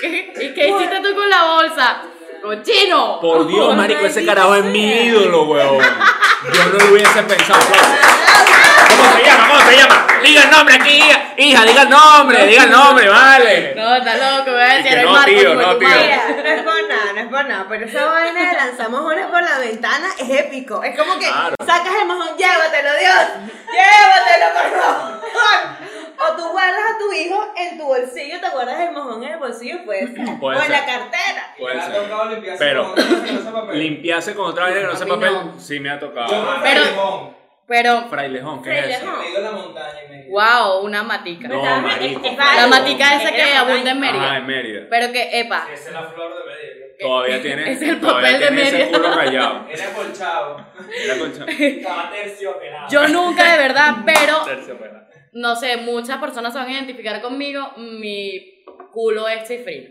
S3: ¿Qué- ¿Y qué hiciste tú con la bolsa? ¡Cochino!
S2: Por Dios, marico, ese carajo es mi ídolo, weón. Yo no lo hubiese pensado. ¿Cómo se llama? ¿Cómo se llama? Diga el nombre aquí, hija. Hija, diga el nombre, diga el nombre, vale.
S3: No, está loco, me voy a decir
S2: Que
S3: el
S2: no,
S3: marco.
S2: tío,
S3: hijo de
S2: no,
S3: tu
S2: tío.
S3: madre.
S1: Mira, no es por nada, no es por nada, pero esa vaina de lanzar mojones por la ventana es épico. Es como que
S2: Claro.
S1: sacas el mojón, llévatelo, Dios, llévatelo, por favor. O tú guardas a tu hijo en tu bolsillo, te guardas el mojón en el bolsillo, pues,
S2: Puede
S1: o en la
S2: ser.
S1: cartera.
S4: Me
S2: Puede
S4: ha
S2: ser.
S4: tocado limpiarse
S2: Pero-
S4: con otra cosa, papel.
S2: Limpiarse con otra vaina que no sea
S3: A mí
S2: papel,
S3: no.
S2: sí me ha
S4: Yo
S2: tocado.
S4: no
S3: Pero-
S4: me limón.
S3: Pero,
S2: Frailejón, ¿qué
S1: Se
S2: es eso?
S1: dejó.
S4: Me he ido a la montaña y me
S3: wow, una matica.
S2: No,
S1: Estaba-
S2: marico.
S1: es- es
S3: la
S1: válido.
S3: matica esa que
S1: Era
S3: abunda en
S1: válido.
S2: Ajá,
S3: Mérida.
S2: en Mérida.
S3: Pero que, epa,
S4: Esa es la flor de medio.
S2: Todavía tiene,
S3: Es el
S2: todavía
S3: papel de
S2: tiene ese
S3: Mérida.
S2: culo rayado.
S4: Era colchado.
S2: Mira, concha.
S4: Estaba terciopelado.
S3: yo nunca de verdad, pero,
S2: Terciopela.
S3: no sé, muchas personas se van a identificar conmigo. Mi culo es cifrino.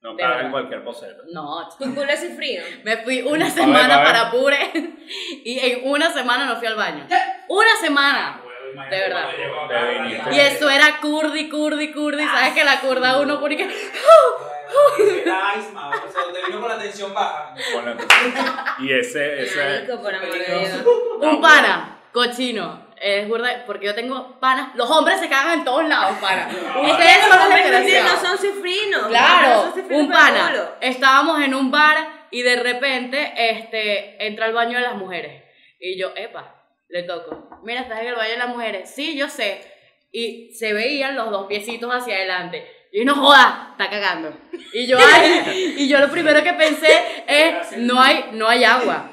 S2: No
S3: De
S2: cabe
S3: verdad.
S2: en cualquier poseta.
S3: No,
S1: Tu culo es frío.
S3: Me fui una
S2: ver,
S3: semana
S2: a ver.
S3: para Pure y en una semana no fui al baño. ¡Una semana! De verdad.
S2: Te viniste.
S3: Y eso era curdi, curdi, curdi. ¿Sabes que la curda uno pone que.
S4: Era Aisma, o sea, te vino con la tensión baja.
S2: Con la- Y ese, ese.
S1: Marico, por amor de
S4: peligroso.
S1: Dios.
S3: Un pana, cochino. Es burda, porque yo tengo panas. Los hombres se cagan en todos lados, pana. Ustedes son los
S1: No
S3: desgraciados.
S1: son cifrinos.
S3: Claro,
S1: No son cifrinos,
S3: un
S1: pero
S3: pana.
S1: culo.
S3: Estábamos en un bar y de repente este, entra al baño de las mujeres. Y yo, epa, le toco. Mira, estás en el baño de las mujeres. Sí, yo sé. Y se veían los dos piecitos hacia adelante. Y no joda, está cagando. Y yo, ay, y yo lo primero que pensé es, no hay, no hay agua.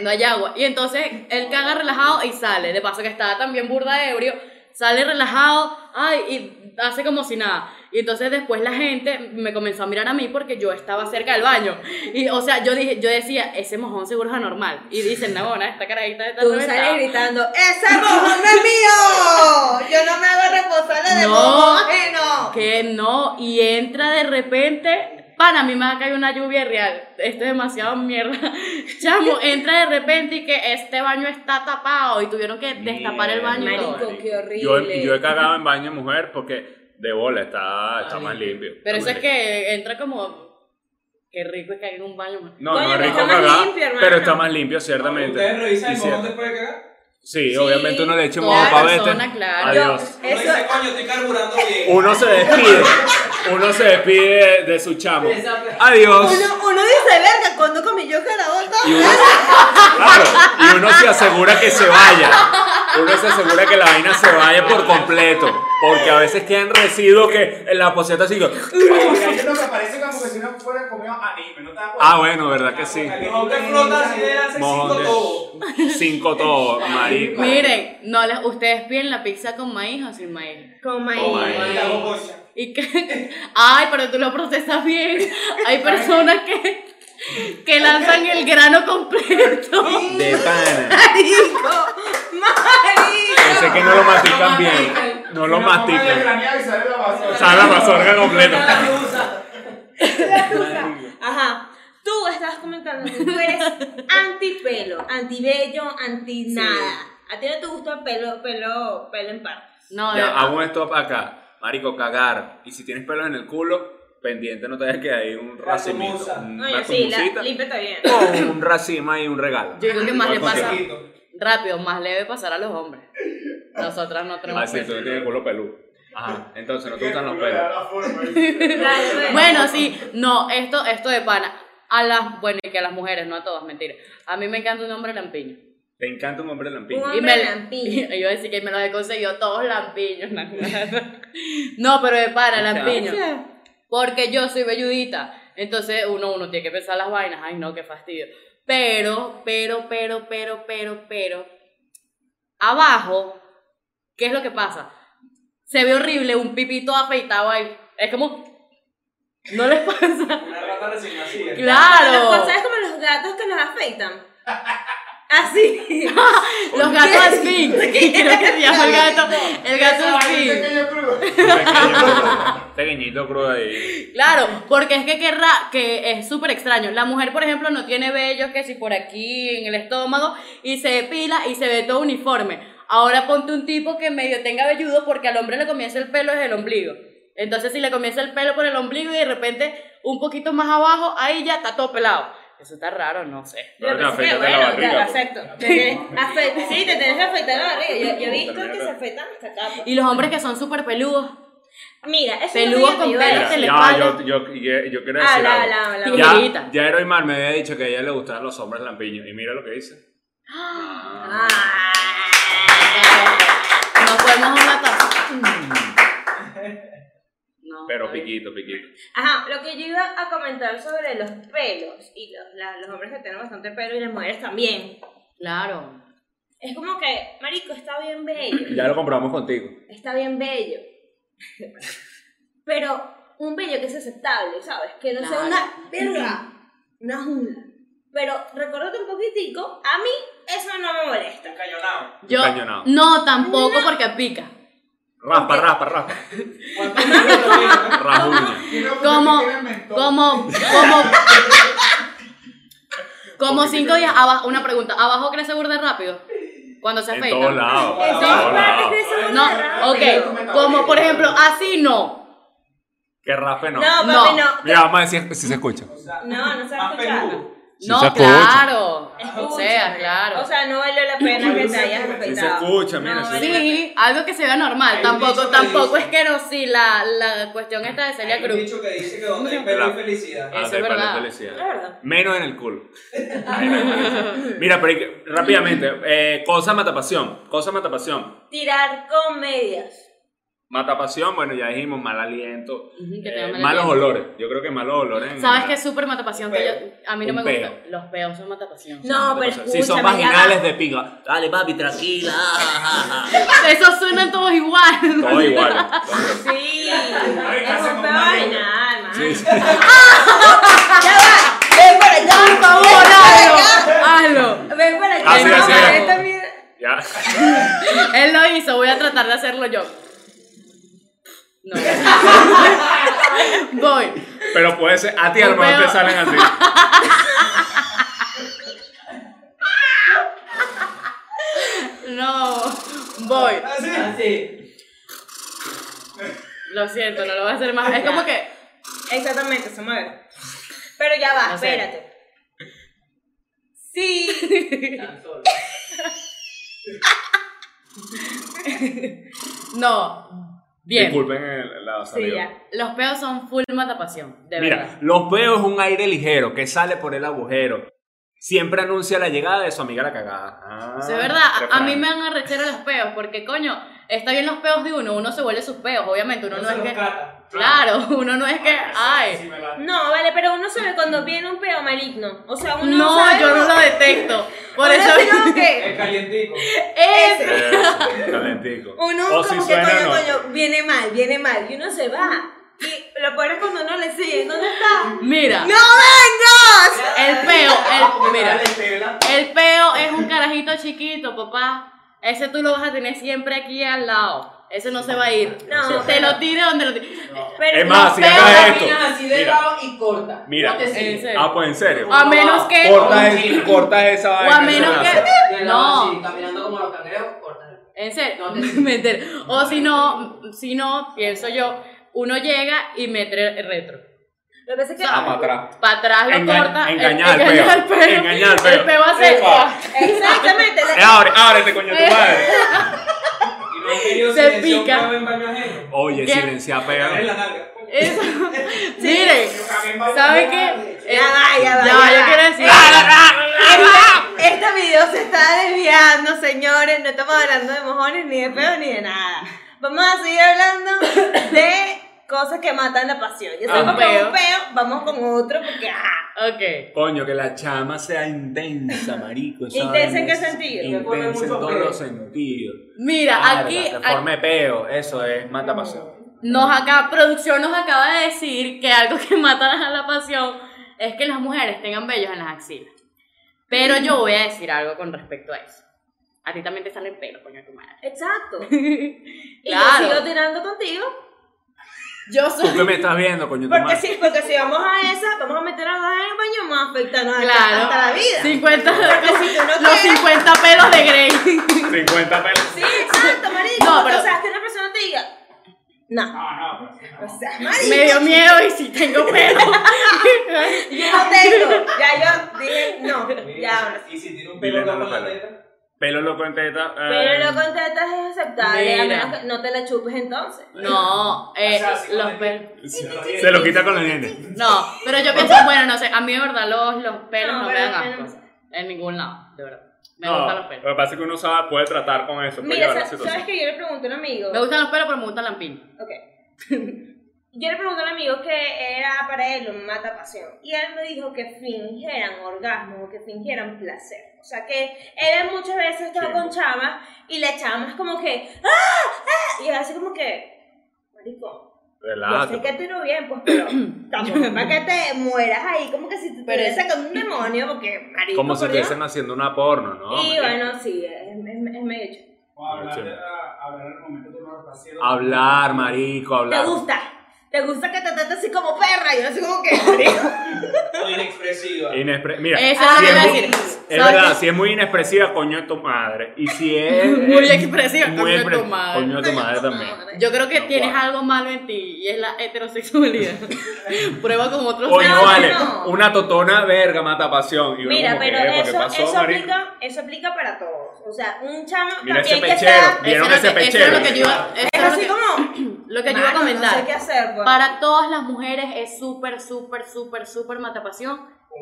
S3: No hay agua. Y entonces él caga relajado y sale. De paso que estaba también burda ebrio. Sale relajado, ay, y hace como si nada. Y entonces después la gente me comenzó a mirar a mí porque yo estaba cerca del baño. Y o sea, yo dije, yo decía, ese mojón seguro es anormal. Y dicen, no, bueno, esta carajita está
S1: Tú
S3: reventada".
S1: sales gritando, ¡Ese mojón no es mío! Yo no me hago responsable de
S3: No.
S1: mojón
S3: Que no, y entra de repente. Para mí me ha caído una lluvia real. Esto es demasiado mierda. Chamo, entra de repente y que este baño está tapado y tuvieron que destapar el baño. y todo.
S1: Marico, qué horrible.
S2: Yo, he- yo he cagado en baño de mujer porque de bola está, está más limpio.
S3: Pero eso
S2: Está
S3: es
S2: más
S3: que entra como. Qué rico es que hay un baño.
S2: limpio. No,
S1: Coño,
S2: no es
S1: pero
S2: rico
S1: está más
S2: cagar,
S1: limpio, hermano.
S2: pero está más limpio, ciertamente.
S4: ¿Ustedes revisan
S2: Y
S4: el
S2: cierto.
S4: mojón después de cagar?
S2: Sí,
S3: Sí,
S2: obviamente uno le echa un
S3: toda
S2: ojo para
S3: persona,
S2: vete.
S3: claro.
S2: Adiós.
S4: Uno
S1: Eso-
S4: dice, coño, estoy carburando bien.
S2: Uno se despide. Uno se despide de su chamo.
S4: Exacto.
S2: Adiós.
S1: Uno, uno dice, verga, cuando comí yo carabota.
S2: Y uno, claro, y uno se asegura que se vaya. Uno se asegura que la vaina se vaya por completo. Porque a veces quedan residuos que en la poseta sigue.
S4: Hay uno que parece como que si una no fuera comido anime, ¿no te das cuenta?
S2: Ah, bueno, ¿verdad que sí?
S6: Mojón de frutas así de hace
S2: Mojón
S6: cinco
S2: de-
S6: tobos.
S2: Cinco todo, marico.
S3: Miren, no les, ustedes piden la pizza con maíz o sin maíz.
S1: Con maíz.
S2: Con
S6: Y
S2: maíz.
S6: la bococha.
S3: Y que, ay, pero tú lo procesas bien. Hay personas que, que lanzan el grano completo.
S2: De pana.
S1: ¡Marico!
S2: Pensé que no lo mastican bien. No lo
S4: Una mamá de
S2: mastican.
S4: graneado y sale la basura.
S2: Sale la mazorca
S6: La
S2: completa.
S6: rusa.
S1: Ajá. Tú estás comentando que tú eres antipelo, antibello, anti nada. A ti no te gusta el pelo, pelo, pelo en partes.
S3: No, de
S2: Ya,
S3: verdad.
S2: hago un stop acá. Marico, cagar. Y si tienes pelos en el culo, pendiente no te dejes que hay un racimito.
S6: tumusa.
S2: Una
S1: Oye, sí, la,
S2: tumusita.
S1: límpiate bien.
S2: O un racima y un regalo.
S3: Yo digo que más
S2: Voy
S3: le
S2: con
S3: pasa
S2: Chiquito.
S3: rápido, más le debe pasar a los hombres. Nosotras no
S2: Ah,
S3: tenemos.
S2: sí, tú
S3: pelo.
S2: tienes el culo peludo. Ajá, entonces no te
S4: Que el
S2: gustan los
S4: culo le da
S2: pelos.
S4: la forma, ¿viste?
S1: Dale, pues.
S3: Bueno, sí, no, esto, esto de pana. A las, bueno, y que a las mujeres, no a todas, mentira. A mí me encanta un hombre lampiño.
S2: Te encanta un hombre lampiño.
S1: Un
S3: Y
S1: hombre
S3: me,
S1: lampiño.
S3: Yo decía que me los he conseguido todos lampiños. na- na- no, pero de pana, lampiño. Porque yo soy velludita. Entonces uno, uno tiene que pensar las vainas. Ay, no, qué fastidio. Pero, pero, pero, pero, pero, pero. Abajo, ¿qué es lo que pasa? Se ve horrible un pipito afeitado ahí. Es como. No les pasa.
S6: Una rata recién nacida.
S1: Los,
S3: Claro.
S1: ¿Sabes como los gatos que los afeitan? Así.
S3: Los gatos así. Creo que se llama el gato. El gato
S4: Ay,
S3: así.
S4: un pequeño crudo.
S2: Pequeñito crudo ahí.
S3: Claro, porque es que, querrá, que es súper extraño. La mujer, por ejemplo, no tiene vellos que si por aquí en el estómago y se depila y se ve todo uniforme. Ahora ponte un tipo que medio tenga velludo porque al hombre le comienza el pelo desde el ombligo. Entonces, si le comienza el pelo por el ombligo y de repente un poquito más abajo, ahí ya está todo pelado. Eso está raro, no sé.
S1: Lo
S2: Pero
S1: que
S2: te
S1: pasa es que,
S2: afeitas la
S1: bueno,
S2: barriga,
S1: ya,
S2: pues.
S1: exacto. Te tienes- afe- Sí, te tenés que afeitar la barriga. Yo, yo he visto que se afeitan hasta acá.
S3: Y los hombres que son súper peludos.
S1: Mira, eso es
S3: Peludos
S1: lo que yo
S3: con
S1: te iba a
S3: pelos.
S1: decir.
S3: se le
S2: ya,
S3: para.
S2: yo, yo, yo, yo quiero
S1: Ah,
S2: decir
S1: la,
S2: algo.
S1: la, la,
S3: Tiene
S1: la.
S3: amiguita.
S2: Ya, ya Ero Imar me había dicho que a ella le gustaban los hombres lampiños. Y mira lo que dice.
S1: Ah.
S3: Nos podemos una taza. No,
S2: Pero
S3: está bien.
S2: piquito, piquito.
S1: Ajá, lo que yo iba a comentar sobre los pelos y los, la- los hombres que tienen bastante pelo y las mujeres también.
S3: Claro.
S1: Es como que, marico, está bien bello.
S2: Ya lo comprobamos contigo.
S1: está bien bello. Pero un bello que es aceptable, ¿sabes? Que no sea
S3: Claro.
S1: una verga, una jungla. Pero recordate un poquitico, a mí eso no me molesta.
S6: Cañonado.
S3: Yo,
S2: Cañonado.
S3: no, tampoco porque pica.
S2: Raspa, raspa, raspa.
S6: ¿Cuántos kilos lo tiene?
S2: Rajuña.
S4: Y luego
S3: Como,
S4: te tiran mentón.
S3: como, como, como cinco días abajo. Una pregunta, ¿abajo crece burde rápido? Cuando se
S2: En
S3: afeita.
S2: todos lados.
S1: En
S2: En
S1: todas
S2: todos
S1: partes de
S2: lados.
S1: eso
S3: No, ok. Como por ejemplo, así no.
S2: Que raspe no.
S1: No, papi, no.
S2: Mira, vamos a decir si se escucha.
S1: No, no se va a
S6: Más
S1: escuchar.
S6: peludo.
S2: Sí se
S3: No,
S2: escucha.
S3: claro. O
S1: Escúchame.
S3: sea, claro.
S1: ¿eh? O sea, no valió la pena que te hayas
S2: Sí
S1: respetado.
S2: se escucha, mira.
S1: No,
S2: sí se
S1: vale.
S3: Sí, algo que se vea normal.
S6: Hay un
S3: Tampoco,
S6: dicho que
S3: tampoco es
S6: dice-
S3: que no, sí, la, la cuestión esta de Celia
S6: Hay un
S3: Cruz.
S6: dicho que dice que donde hay pelo hay felicidad.
S3: Eso
S2: Ah,
S3: es
S2: te parece
S3: verdad.
S2: felicidad.
S1: Es verdad.
S2: Menos en el culo. Ahí no hay felicidad. Mira, pero hay que- rápidamente, eh, cosa matapasión, cosa matapasión.
S1: Tirar comedias.
S2: Matapasión, bueno, ya dijimos, mal aliento,
S3: Ujú, que
S2: eh,
S3: tenga mal
S2: malos
S3: aliento.
S2: olores. Yo creo que malos olores. en
S3: ¿Sabes
S2: general.
S3: qué es súper matapasión? Que
S6: Un
S3: yo, a mí no
S2: Un
S3: me gusta.
S2: peo.
S3: Los peos son matapasión.
S1: No, pero
S2: Si son
S1: escúchame, ya
S2: vaginales
S1: va.
S2: de piga. Dale, papi, tranquila.
S3: Esos suenan todos igual.
S2: Todo igual.
S1: Sí,
S4: Ay,
S1: es
S4: casi
S1: un
S4: con
S1: peo
S4: Mario.
S1: vaginal, man.
S3: ¡Ven para allá! ¡Por favor, hazlo! ¡Hazlo!
S1: Ven para acá,
S4: Ah,
S2: Así,
S1: no,
S2: así
S1: para
S2: es.
S1: esta mierda.
S2: Ya.
S3: Él lo hizo, voy a tratar de hacerlo yo. No. voy.
S2: Pero puede ser, a ti a lo
S3: Un
S2: mejor te
S3: peo.
S2: salen así.
S3: No. Voy.
S6: Así. Así.
S3: Lo siento, no lo voy a hacer más. Es como que.
S1: Exactamente, se mueve. Pero ya va,
S3: No sé.
S1: espérate. Sí.
S6: Tan solo.
S3: No. Bien.
S2: Disculpen el- la
S1: Sí,
S2: salida.
S1: ya.
S3: Los peos son full matapasión. De
S2: Mira,
S3: verdad.
S2: los peos es un aire ligero que sale por el agujero. Siempre anuncia la llegada de su amiga la cagada. Ah,
S3: Sí, es verdad, a- a
S2: refrán.
S3: mí me han arrechero los peos, porque coño, está bien los peos de uno, uno se vuelve sus peos, obviamente, uno no,
S6: No se
S3: es
S6: los
S3: que...
S6: trata.
S3: Claro, uno no es que... Ay,
S1: No, vale, pero uno sabe cuando viene un peo maligno. O sea, uno
S3: No,
S1: sabe
S3: yo no
S1: cuando-
S3: lo detecto. Por
S8: Uno
S3: eso.
S8: así como que,
S6: Es calientico.
S3: Ese.
S2: Eso, Calentico.
S8: uno
S4: Oh,
S2: O si
S8: como que
S2: suena,
S8: coño,
S2: no.
S8: coño, viene mal, viene mal.
S1: Y uno se va. Y lo peor es cuando uno le sigue. ¿Dónde está?
S3: Mira,
S8: ¡No vengas!
S3: el peo, el, mira,
S6: Ah, Estela.
S3: el peo es un carajito chiquito, papá. Ese tú lo vas a tener siempre aquí al lado. Ese no se va a ir.
S1: No,
S3: te lo tire donde lo tire.
S1: Pero
S2: Es más, si
S3: Pero
S2: hagas esto.
S9: Caminas así de
S2: Mira,
S9: lado y corta.
S2: mira.
S9: No te sirve.
S3: En serio.
S2: ah, pues en serio.
S3: A menos que.
S2: Cortas, es- cortas esa
S3: O
S2: vaina.
S3: a
S2: ese
S3: menos
S2: lazo.
S3: que.
S9: De lado así,
S3: No.
S9: caminando como los cangrejos, corta.
S3: En serio,
S9: No te-
S3: me entero. O si no, si no, pienso yo, uno llega y mete el retro.
S1: Lo que pasa es que.
S2: Ah, para atrás.
S3: Para atrás lo
S2: Enga-
S3: corta.
S2: engañar
S3: el-
S2: al
S3: engañar
S2: peo.
S3: al
S2: Engañar al peo.
S3: El peo hace.
S2: Epa.
S1: Exactamente.
S2: Eh, abre, ábrete, coño,
S3: Eh,
S2: tu madre.
S6: Y no han querido
S3: Se
S6: silenciar un
S3: pica.
S6: huevo en baño ajeno.
S2: Oye,
S3: ¿Qué?
S2: silencia peo.
S6: Dale la nalga.
S3: Eso. Miren, ¿sabe qué?
S8: Ya
S3: Eh,
S8: va, ya va,
S3: Ya
S8: ya
S3: va, yo
S8: va.
S3: quiero decir.
S8: Este, este video se está desviando, señores. No estamos hablando de mojones, ni de pedo, ni de nada. Vamos a seguir hablando de cosas que matan la pasión. Ya
S2: Ah,
S8: sabemos que es
S3: peo.
S8: un peo, vamos con otro porque ah. ajá.
S3: Ok.
S2: Coño, que la chama sea intensa, marico. esa
S1: ¿Intensa en
S2: vaina
S1: qué
S2: es
S1: sentido? Le
S6: pone
S2: Intensa en
S6: mucho
S2: todos
S6: peo.
S2: los sentidos.
S3: Mira,
S2: Verga,
S3: aquí,
S2: Te
S3: a-
S2: forme peo. Eso es mata pasión.
S3: nos acá, producción nos acaba de decir que algo que mata a la pasión es que las mujeres tengan vellos en las axilas. Pero yo voy a decir algo con respecto a eso. A ti también te salen pelos, coño, tu madre.
S1: Exacto. Y yo sigo
S3: claro.
S1: tirando contigo.
S3: Yo
S2: ¿Tú
S3: soy.
S2: qué me estás viendo, coño, tu
S8: Porque
S2: madre?
S8: si, porque si vamos a esa, vamos a meter a dos en el baño, vamos a afectarnos hasta-
S3: Claro.
S8: hasta, la vida.
S3: 50,
S8: Porque si tú no
S3: los
S8: quieres-
S3: 50 pelos de Grey.
S2: 50 pelos.
S8: Sí, exacto, marico.
S3: No, pero-
S8: O sea, que una persona te diga, no,
S4: Ah, no, pues,
S8: o sea, marico,
S3: Me dio miedo y si tengo pelos.
S8: yo no tengo. Ya yo dije, no, ya ahora
S6: Y si tiene un
S2: Dile
S6: pelo
S2: no,
S6: loco en
S2: no,
S6: la
S2: pelo.
S6: teta.
S2: Pelo loco en teta. eh,
S1: Pero lo contratas es aceptable. A
S3: Mira.
S1: menos que no te la chupes entonces.
S3: No, eh,
S4: O sea, sí,
S3: los
S4: con-
S3: pelos.
S2: se, se lo quita con la nene.
S3: No, pero yo pienso, bueno, no sé, a mí de verdad los, los pelos no,
S1: No,
S3: me
S1: pero
S3: dan
S1: los
S3: asco. En ningún lado, de verdad. Me
S2: no,
S3: gustan los pelos.
S2: Lo que pasa es que uno sabe, puede tratar con eso. puede
S1: Mira,
S2: llevar la
S1: sa-
S2: situación.
S1: sabes que yo le pregunté a un amigo.
S3: Me gustan los pelos, pero me gustan las piñas.
S1: Ok. Yo le pregunté a un amigo que era para él un mata pasión. Y él me dijo que fingieran orgasmo, que fingieran placer. O sea que él muchas veces estaba con chamas y la chama es como que. ¡Ah! ¡Ah! Y él así como que. Marico, yo sé
S2: Relájate.
S1: que te lo bien, pues, pero tampoco es para que te mueras ahí, como que si te
S3: Pero
S1: estuvieras
S3: es-
S1: sacando un demonio, porque marico.
S2: Como si
S1: por Dios.
S2: estuviesen haciendo una porno, ¿no?
S1: Y
S2: marico?
S1: bueno, sí, es, es- es medio hecho.
S4: o hablar de la- hablar en el momento que uno lo está haciendo.
S6: Ah.
S2: Hablar, marico,
S8: te
S2: hablar.
S8: gusta. Te gusta que te trate así como perra. Yo no sé cómo que. marico.
S6: O inexpresiva.
S4: Em-
S2: Inexpre- Mira,
S3: Eso es lo
S2: si
S3: que iba a
S2: es, muy-
S3: decir.
S2: es
S3: ¿Sabes?
S2: verdad, si es muy inexpresiva, coño de tu madre. Y si es.
S3: Muy
S2: es-
S3: expresiva,
S2: muy
S3: coño de tu
S2: expre-
S3: madre.
S2: Coño de tu madre también.
S3: Yo creo que
S2: No,
S3: tienes
S2: guau.
S3: algo malo en ti y es la heterosexualidad. Prueba con otros.
S2: Coño,
S3: sexos.
S2: vale.
S1: no.
S2: Una totona verga mata pasión. Y uno
S1: Mira,
S2: como que,
S1: pero
S2: "Epa, ¿qué
S1: eso,
S2: pasó,
S1: eso,
S2: marico?"
S1: aplica, eso aplica para todos. O sea, un chamo
S2: Mira ese
S1: también que
S2: pechero.
S1: sea.
S3: Eso
S2: ¿Vieron
S3: era
S2: ese
S3: lo que- eso
S2: pechero?
S3: era lo que yo iba- eso
S8: Es
S3: era lo
S8: así
S3: que-
S8: como.
S3: lo que yo iba a
S8: "Mano, No sé
S3: comentar.
S8: qué hacer, pues".
S3: Para todas las mujeres es súper, súper, súper, súper matapasión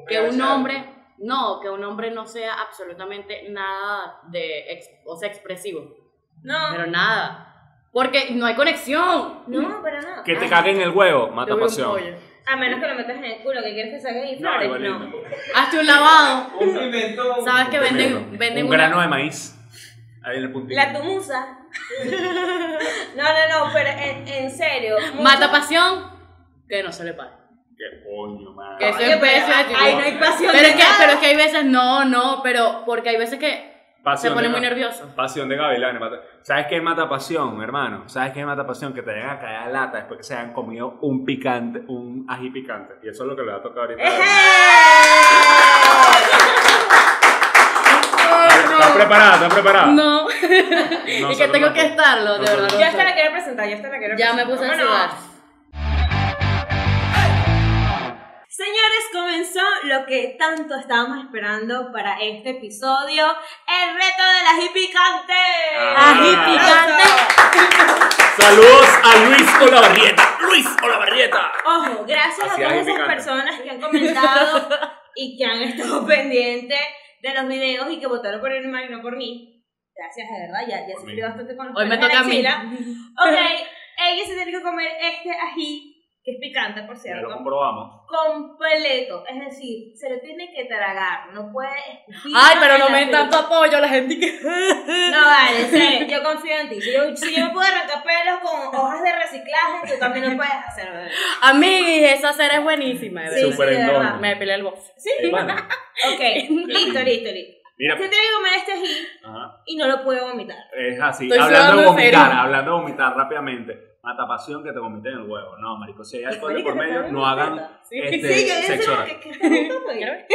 S3: que un hombre, no, que un hombre no sea absolutamente nada de, ex- o sea, expresivo,
S1: No,
S3: pero nada, porque no hay conexión.
S1: no, para nada.
S2: Que te caguen el huevo, mata
S3: Yo vi un
S2: pasión.
S3: pollo.
S1: A menos que lo metas en el culo, que quieres que salga y
S2: No,
S1: flores.
S2: igualito.
S1: No.
S3: Hazte un lavado,
S6: Un pimento.
S3: sabes que
S2: Tremendo.
S3: venden, venden
S2: Un
S3: una-
S2: grano de maíz. Ahí en el puntito.
S1: La tumusa. no, no, no, pero en, en serio. mucho-
S3: mata pasión que no se le pague.
S2: Qué coño, madre.
S3: Que eso
S1: Oye,
S3: es
S1: pero
S3: precio de
S1: ahí no hay pasión
S3: Pero
S1: de
S3: es, que,
S1: nada.
S3: pero es que hay veces, no, no, pero porque hay veces que
S2: Pasión
S3: se
S2: de
S3: pone muy
S2: ga-
S3: nervioso.
S2: Pasión de gavilanes. mata- ¿Sabes qué mata pasión, hermano? ¿Sabes qué mata pasión? Que te vayan a caer a lata después que se hayan comido un picante, un ají picante. Y eso es lo que le va a tocar ahorita. ¿Estás preparada? ¿Estás preparada?
S3: No,
S2: No,
S3: y que
S2: solo
S3: tengo
S2: no.
S3: que estarlo, de
S2: No, solo
S3: verdad.
S2: no.
S3: no
S1: Yo hasta
S3: soy.
S1: la quiero presentar, yo hasta la quiero
S3: Ya
S1: presentar.
S3: me puse a
S1: ¿Cómo no?
S3: sudar.
S1: Señores, comenzó lo que tanto estábamos esperando para este episodio: el reto de las hipicante.
S2: Ah.
S3: Ají picante.
S2: Saludos a Luis Olavarrieta. Luis Olavarrieta.
S1: Ojo, gracias
S2: Así
S1: a
S2: hay
S1: todas esas
S2: picante.
S1: personas que han comentado y que han estado pendientes de los videos y que votaron por el y no por mí. Gracias, de verdad, ya, ya
S2: Por
S1: sufrí
S2: mí.
S1: bastante con los
S3: Hoy me
S1: pelos en
S3: toca a
S1: la
S3: mí.
S1: axila. Ok, ella se tiene que comer este ají que es picante, por
S2: Ya
S1: cierto,
S2: lo comprobamos.
S1: completo. Es decir, se lo tiene que tragar, no puede escupir.
S3: Ay, pero no
S1: en la
S3: me den tanto apoyo la gente que.
S1: No, vale, en serio, yo confío en ti. Si yo, si yo me puedo arrancar pelos con hojas de reciclaje, tú también lo puedes hacer, ¿verdad?
S3: Amiguis, esa cera es buenísima, de verdad.
S1: Sí,
S2: Súper
S1: sí, de
S2: endono.
S1: verdad.
S3: Me depilé el box.
S1: Sí.
S2: Eh, bueno,
S1: Ok, listo, listo, listo.
S2: mira,
S1: Se tiene que comer este ají
S2: ajá,
S1: y no lo puede vomitar.
S2: es así.
S3: Estoy
S2: hablando de
S3: sudando en
S2: vomitar,
S3: serio.
S2: hablando de vomitar rápidamente. Mata pasión que te vomité en el huevo. No, marico, si hay alcohol de por
S1: Marico,
S2: medio,
S1: te
S2: no
S1: está
S2: hagan
S1: vomitando.
S2: este,
S1: Sí, yo
S2: sexo
S1: yo
S2: oral.
S1: sé que, que, que-
S3: Quiero ver.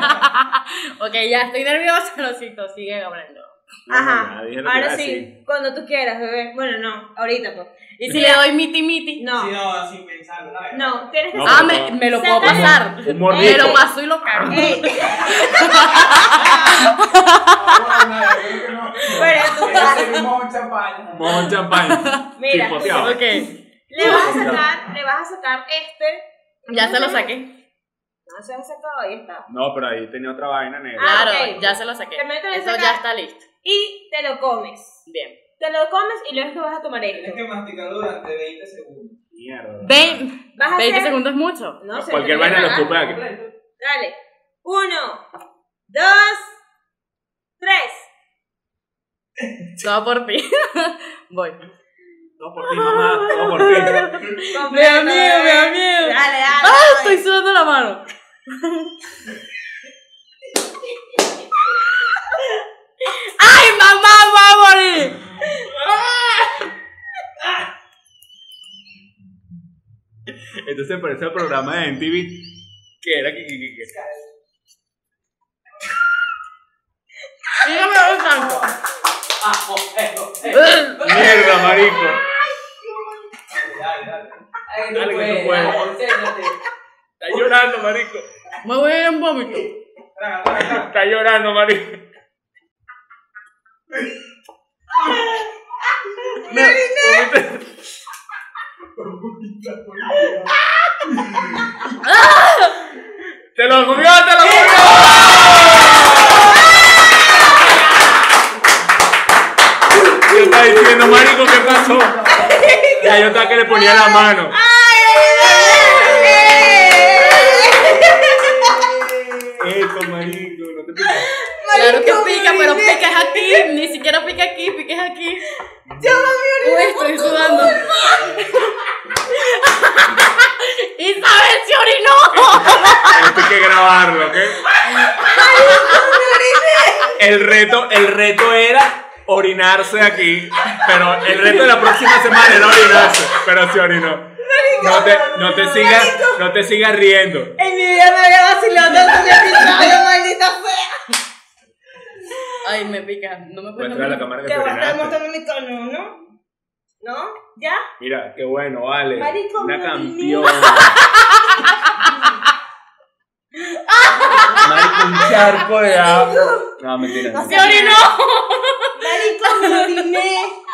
S3: ok, ya estoy nerviosa, Rosito. Sigue hablando.
S2: No,
S1: Ajá.
S2: ya dije lo que iba
S1: Ahora
S2: a decir.
S1: sí, cuando tú quieras, bebé. Bueno, no, ahorita pues.
S3: Y si le doy miti miti.
S1: No,
S6: Si no, sin pensarlo, la verdad.
S1: no, tienes que
S2: No,
S3: Ah,
S2: pero
S3: me, me lo puedo
S1: Saca-
S3: pasar.
S2: Un
S3: Me
S2: mordisco.
S3: lo paso y lo
S2: Ah,
S3: cargo.
S1: Ey,
S4: Pero
S1: tú-
S4: un mojón champaña.
S2: Mojo en champán.
S1: Mira,
S2: Chispoteado.
S3: Ok,
S1: le vas a sacar, le vas a sacar este.
S3: ya se lo saqué.
S1: No se lo sacado, ahí está.
S2: No, pero ahí tenía otra vaina negra.
S1: Ah,
S3: Claro,
S1: ok.
S3: ya se lo saqué.
S1: También te lo
S3: Eso
S1: saca-
S3: ya está listo.
S1: Y te lo comes.
S3: Bien.
S1: Te lo comes y luego es que vas a tomar
S6: Tienes
S1: esto.
S6: que masticarlo durante 20 segundos.
S2: Mierda.
S3: Ve-
S1: Vas a
S3: 20
S1: hacer-
S3: segundos es mucho.
S1: No, se
S2: Cualquier
S1: te
S2: vaina lo
S1: traga.
S2: escupe aquí.
S1: Dale. Uno, dos, tres.
S3: Todo por ti. Voy.
S2: Todo por ti, mamá. Todo por ti.
S3: Me
S1: Completo,
S3: da miedo, me da
S1: bebé.
S3: miedo.
S1: Dale, dale.
S3: ¡Ah!
S1: dale.
S3: Estoy sudando la mano. ¡Ay, mamá, va a morir!
S2: Entonces parece el programa de MTV que era que, que, que, que-
S3: Dígame un tanto.
S2: Ah, Mierda, marico.
S6: Ay,
S2: Dale, que
S6: puedes,
S2: no puedo.
S6: dale, enséñate.
S2: Está llorando, marico.
S3: Me voy a ir en vómito.
S6: Traga, traga, traga.
S2: Está llorando, marico. No, vomita. ¡Te lo comió, te lo comió! Yo estaba diciendo, marico, ¿qué pasó? Ya yo estaba que le ponía la mano. Eso, marico, no te piques.
S3: Claro que pica, pero pica es aquí. Ni siquiera pica aquí, pica es aquí. Uy, estoy sudando. Isabel se orinó.
S2: Esto hay que grabarlo, ¿ok? El reto, el reto era orinarse aquí, pero el reto de la próxima semana era orinarse, pero se orinó. No te, no te sigas, no te sigas riendo.
S8: En mi vida me había vacilado tanto que pintaba, maldita fea.
S3: Ay, me pica. No me puedo.
S2: Muestra a la cámara que
S8: Te
S2: te
S8: voy a estar
S2: orinaste.
S8: mostrando mi tono, ¿no?
S1: ¿No? ¿Ya?
S2: Mira, qué bueno, vale.
S1: Marico,
S2: Una
S1: me
S2: campeona. Marico, un charco de agua. No, mentira. no.
S3: Se orinó.
S8: Marico, me oriné.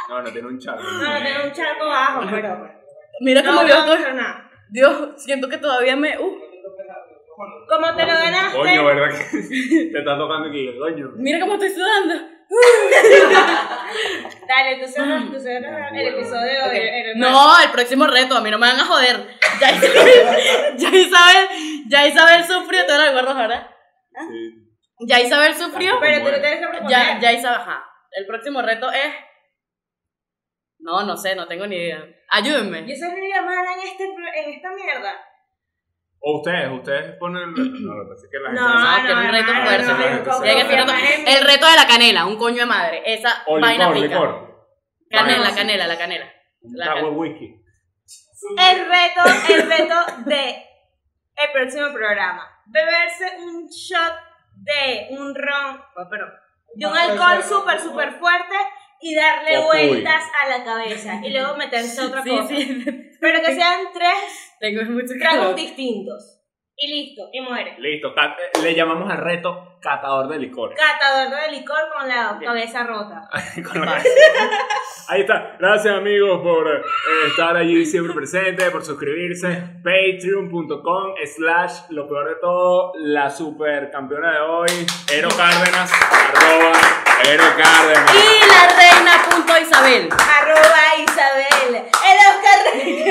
S2: No, no tiene un charco.
S1: No, no tengo un charco abajo, pero.
S3: Mira
S1: No,
S3: cómo
S1: no,
S3: Dios,
S1: no, no.
S3: Dios, siento que todavía me. Uh.
S1: Como te lo ganaste.
S2: Coño, ¿verdad que te está tocando aquí? Coño.
S3: Mira cómo estoy sudando.
S1: Dale, tú cerras, tú cerras el episodio de
S3: Ok.
S1: hoy. el-
S3: Mm. No, el próximo reto, a mí no me van a joder. Ya Isabel, ya Isabel, ya Isabel sufrió, te lo recuerdas ahora.
S2: Sí.
S3: Ya Isabel sufrió.
S1: Pero tú lo tienes que proponer.
S3: Ya, ya Isabel, ajá. El próximo reto es. No, no sé, no tengo ni idea. Ayúdenme.
S1: Yo soy la mala en, este, en esta mierda.
S2: O ustedes, ustedes ponen. No, lo que pasa es que la gente.
S1: Ah, No,
S2: hace-
S3: que es un reto
S1: no,
S3: fuerte.
S1: no, no,
S2: Tiene que
S1: no,
S2: ser
S1: no,
S2: otro.
S1: no, no,
S3: El reto de la canela, un coño de madre. Esa
S2: O
S3: vaina
S2: licor,
S3: pica.
S2: licor. Ah,
S3: Canela,
S2: Vaina.
S3: canela, la canela.
S2: Un
S3: La
S2: trago
S3: can-
S2: de whisky.
S1: El reto, el reto de el próximo programa. Beberse un shot de un ron, oh, perdón, de un alcohol súper, súper fuerte y darle
S2: Ojo, uy.
S1: vueltas a la cabeza y luego meterse otra
S3: Sí,
S1: cosa.
S3: sí,
S1: Pero que sean tres
S3: tengo mucho
S1: tragos
S3: calor.
S1: distintos. Y listo, y muere.
S2: Listo, está- le llamamos al reto catador de licores.
S1: Catador de licor con la cabeza rota.
S2: Con lo que- Ahí está. Gracias amigos por eh, estar allí siempre presente, por suscribirse. Patreon.com slash lo peor de todo, la supercampeona de hoy, Ero Cárdenas, arroba Ero Cárdenas.
S3: Y la reina punto Isabel.
S1: Arroba Isabel. El Oscar Reyes.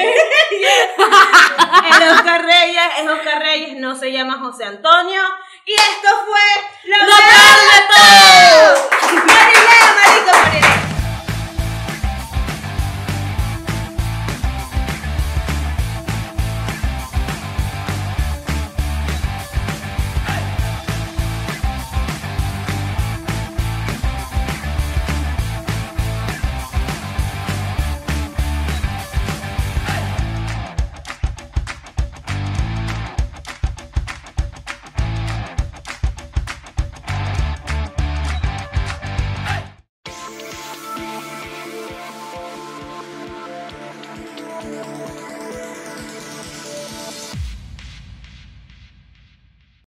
S1: El Oscar Reyes es Oscar Reyes, no se llama José Antonio. Y esto fue Lo
S3: ¡Lo peor de todo!
S1: Marilena, marico, Marilena.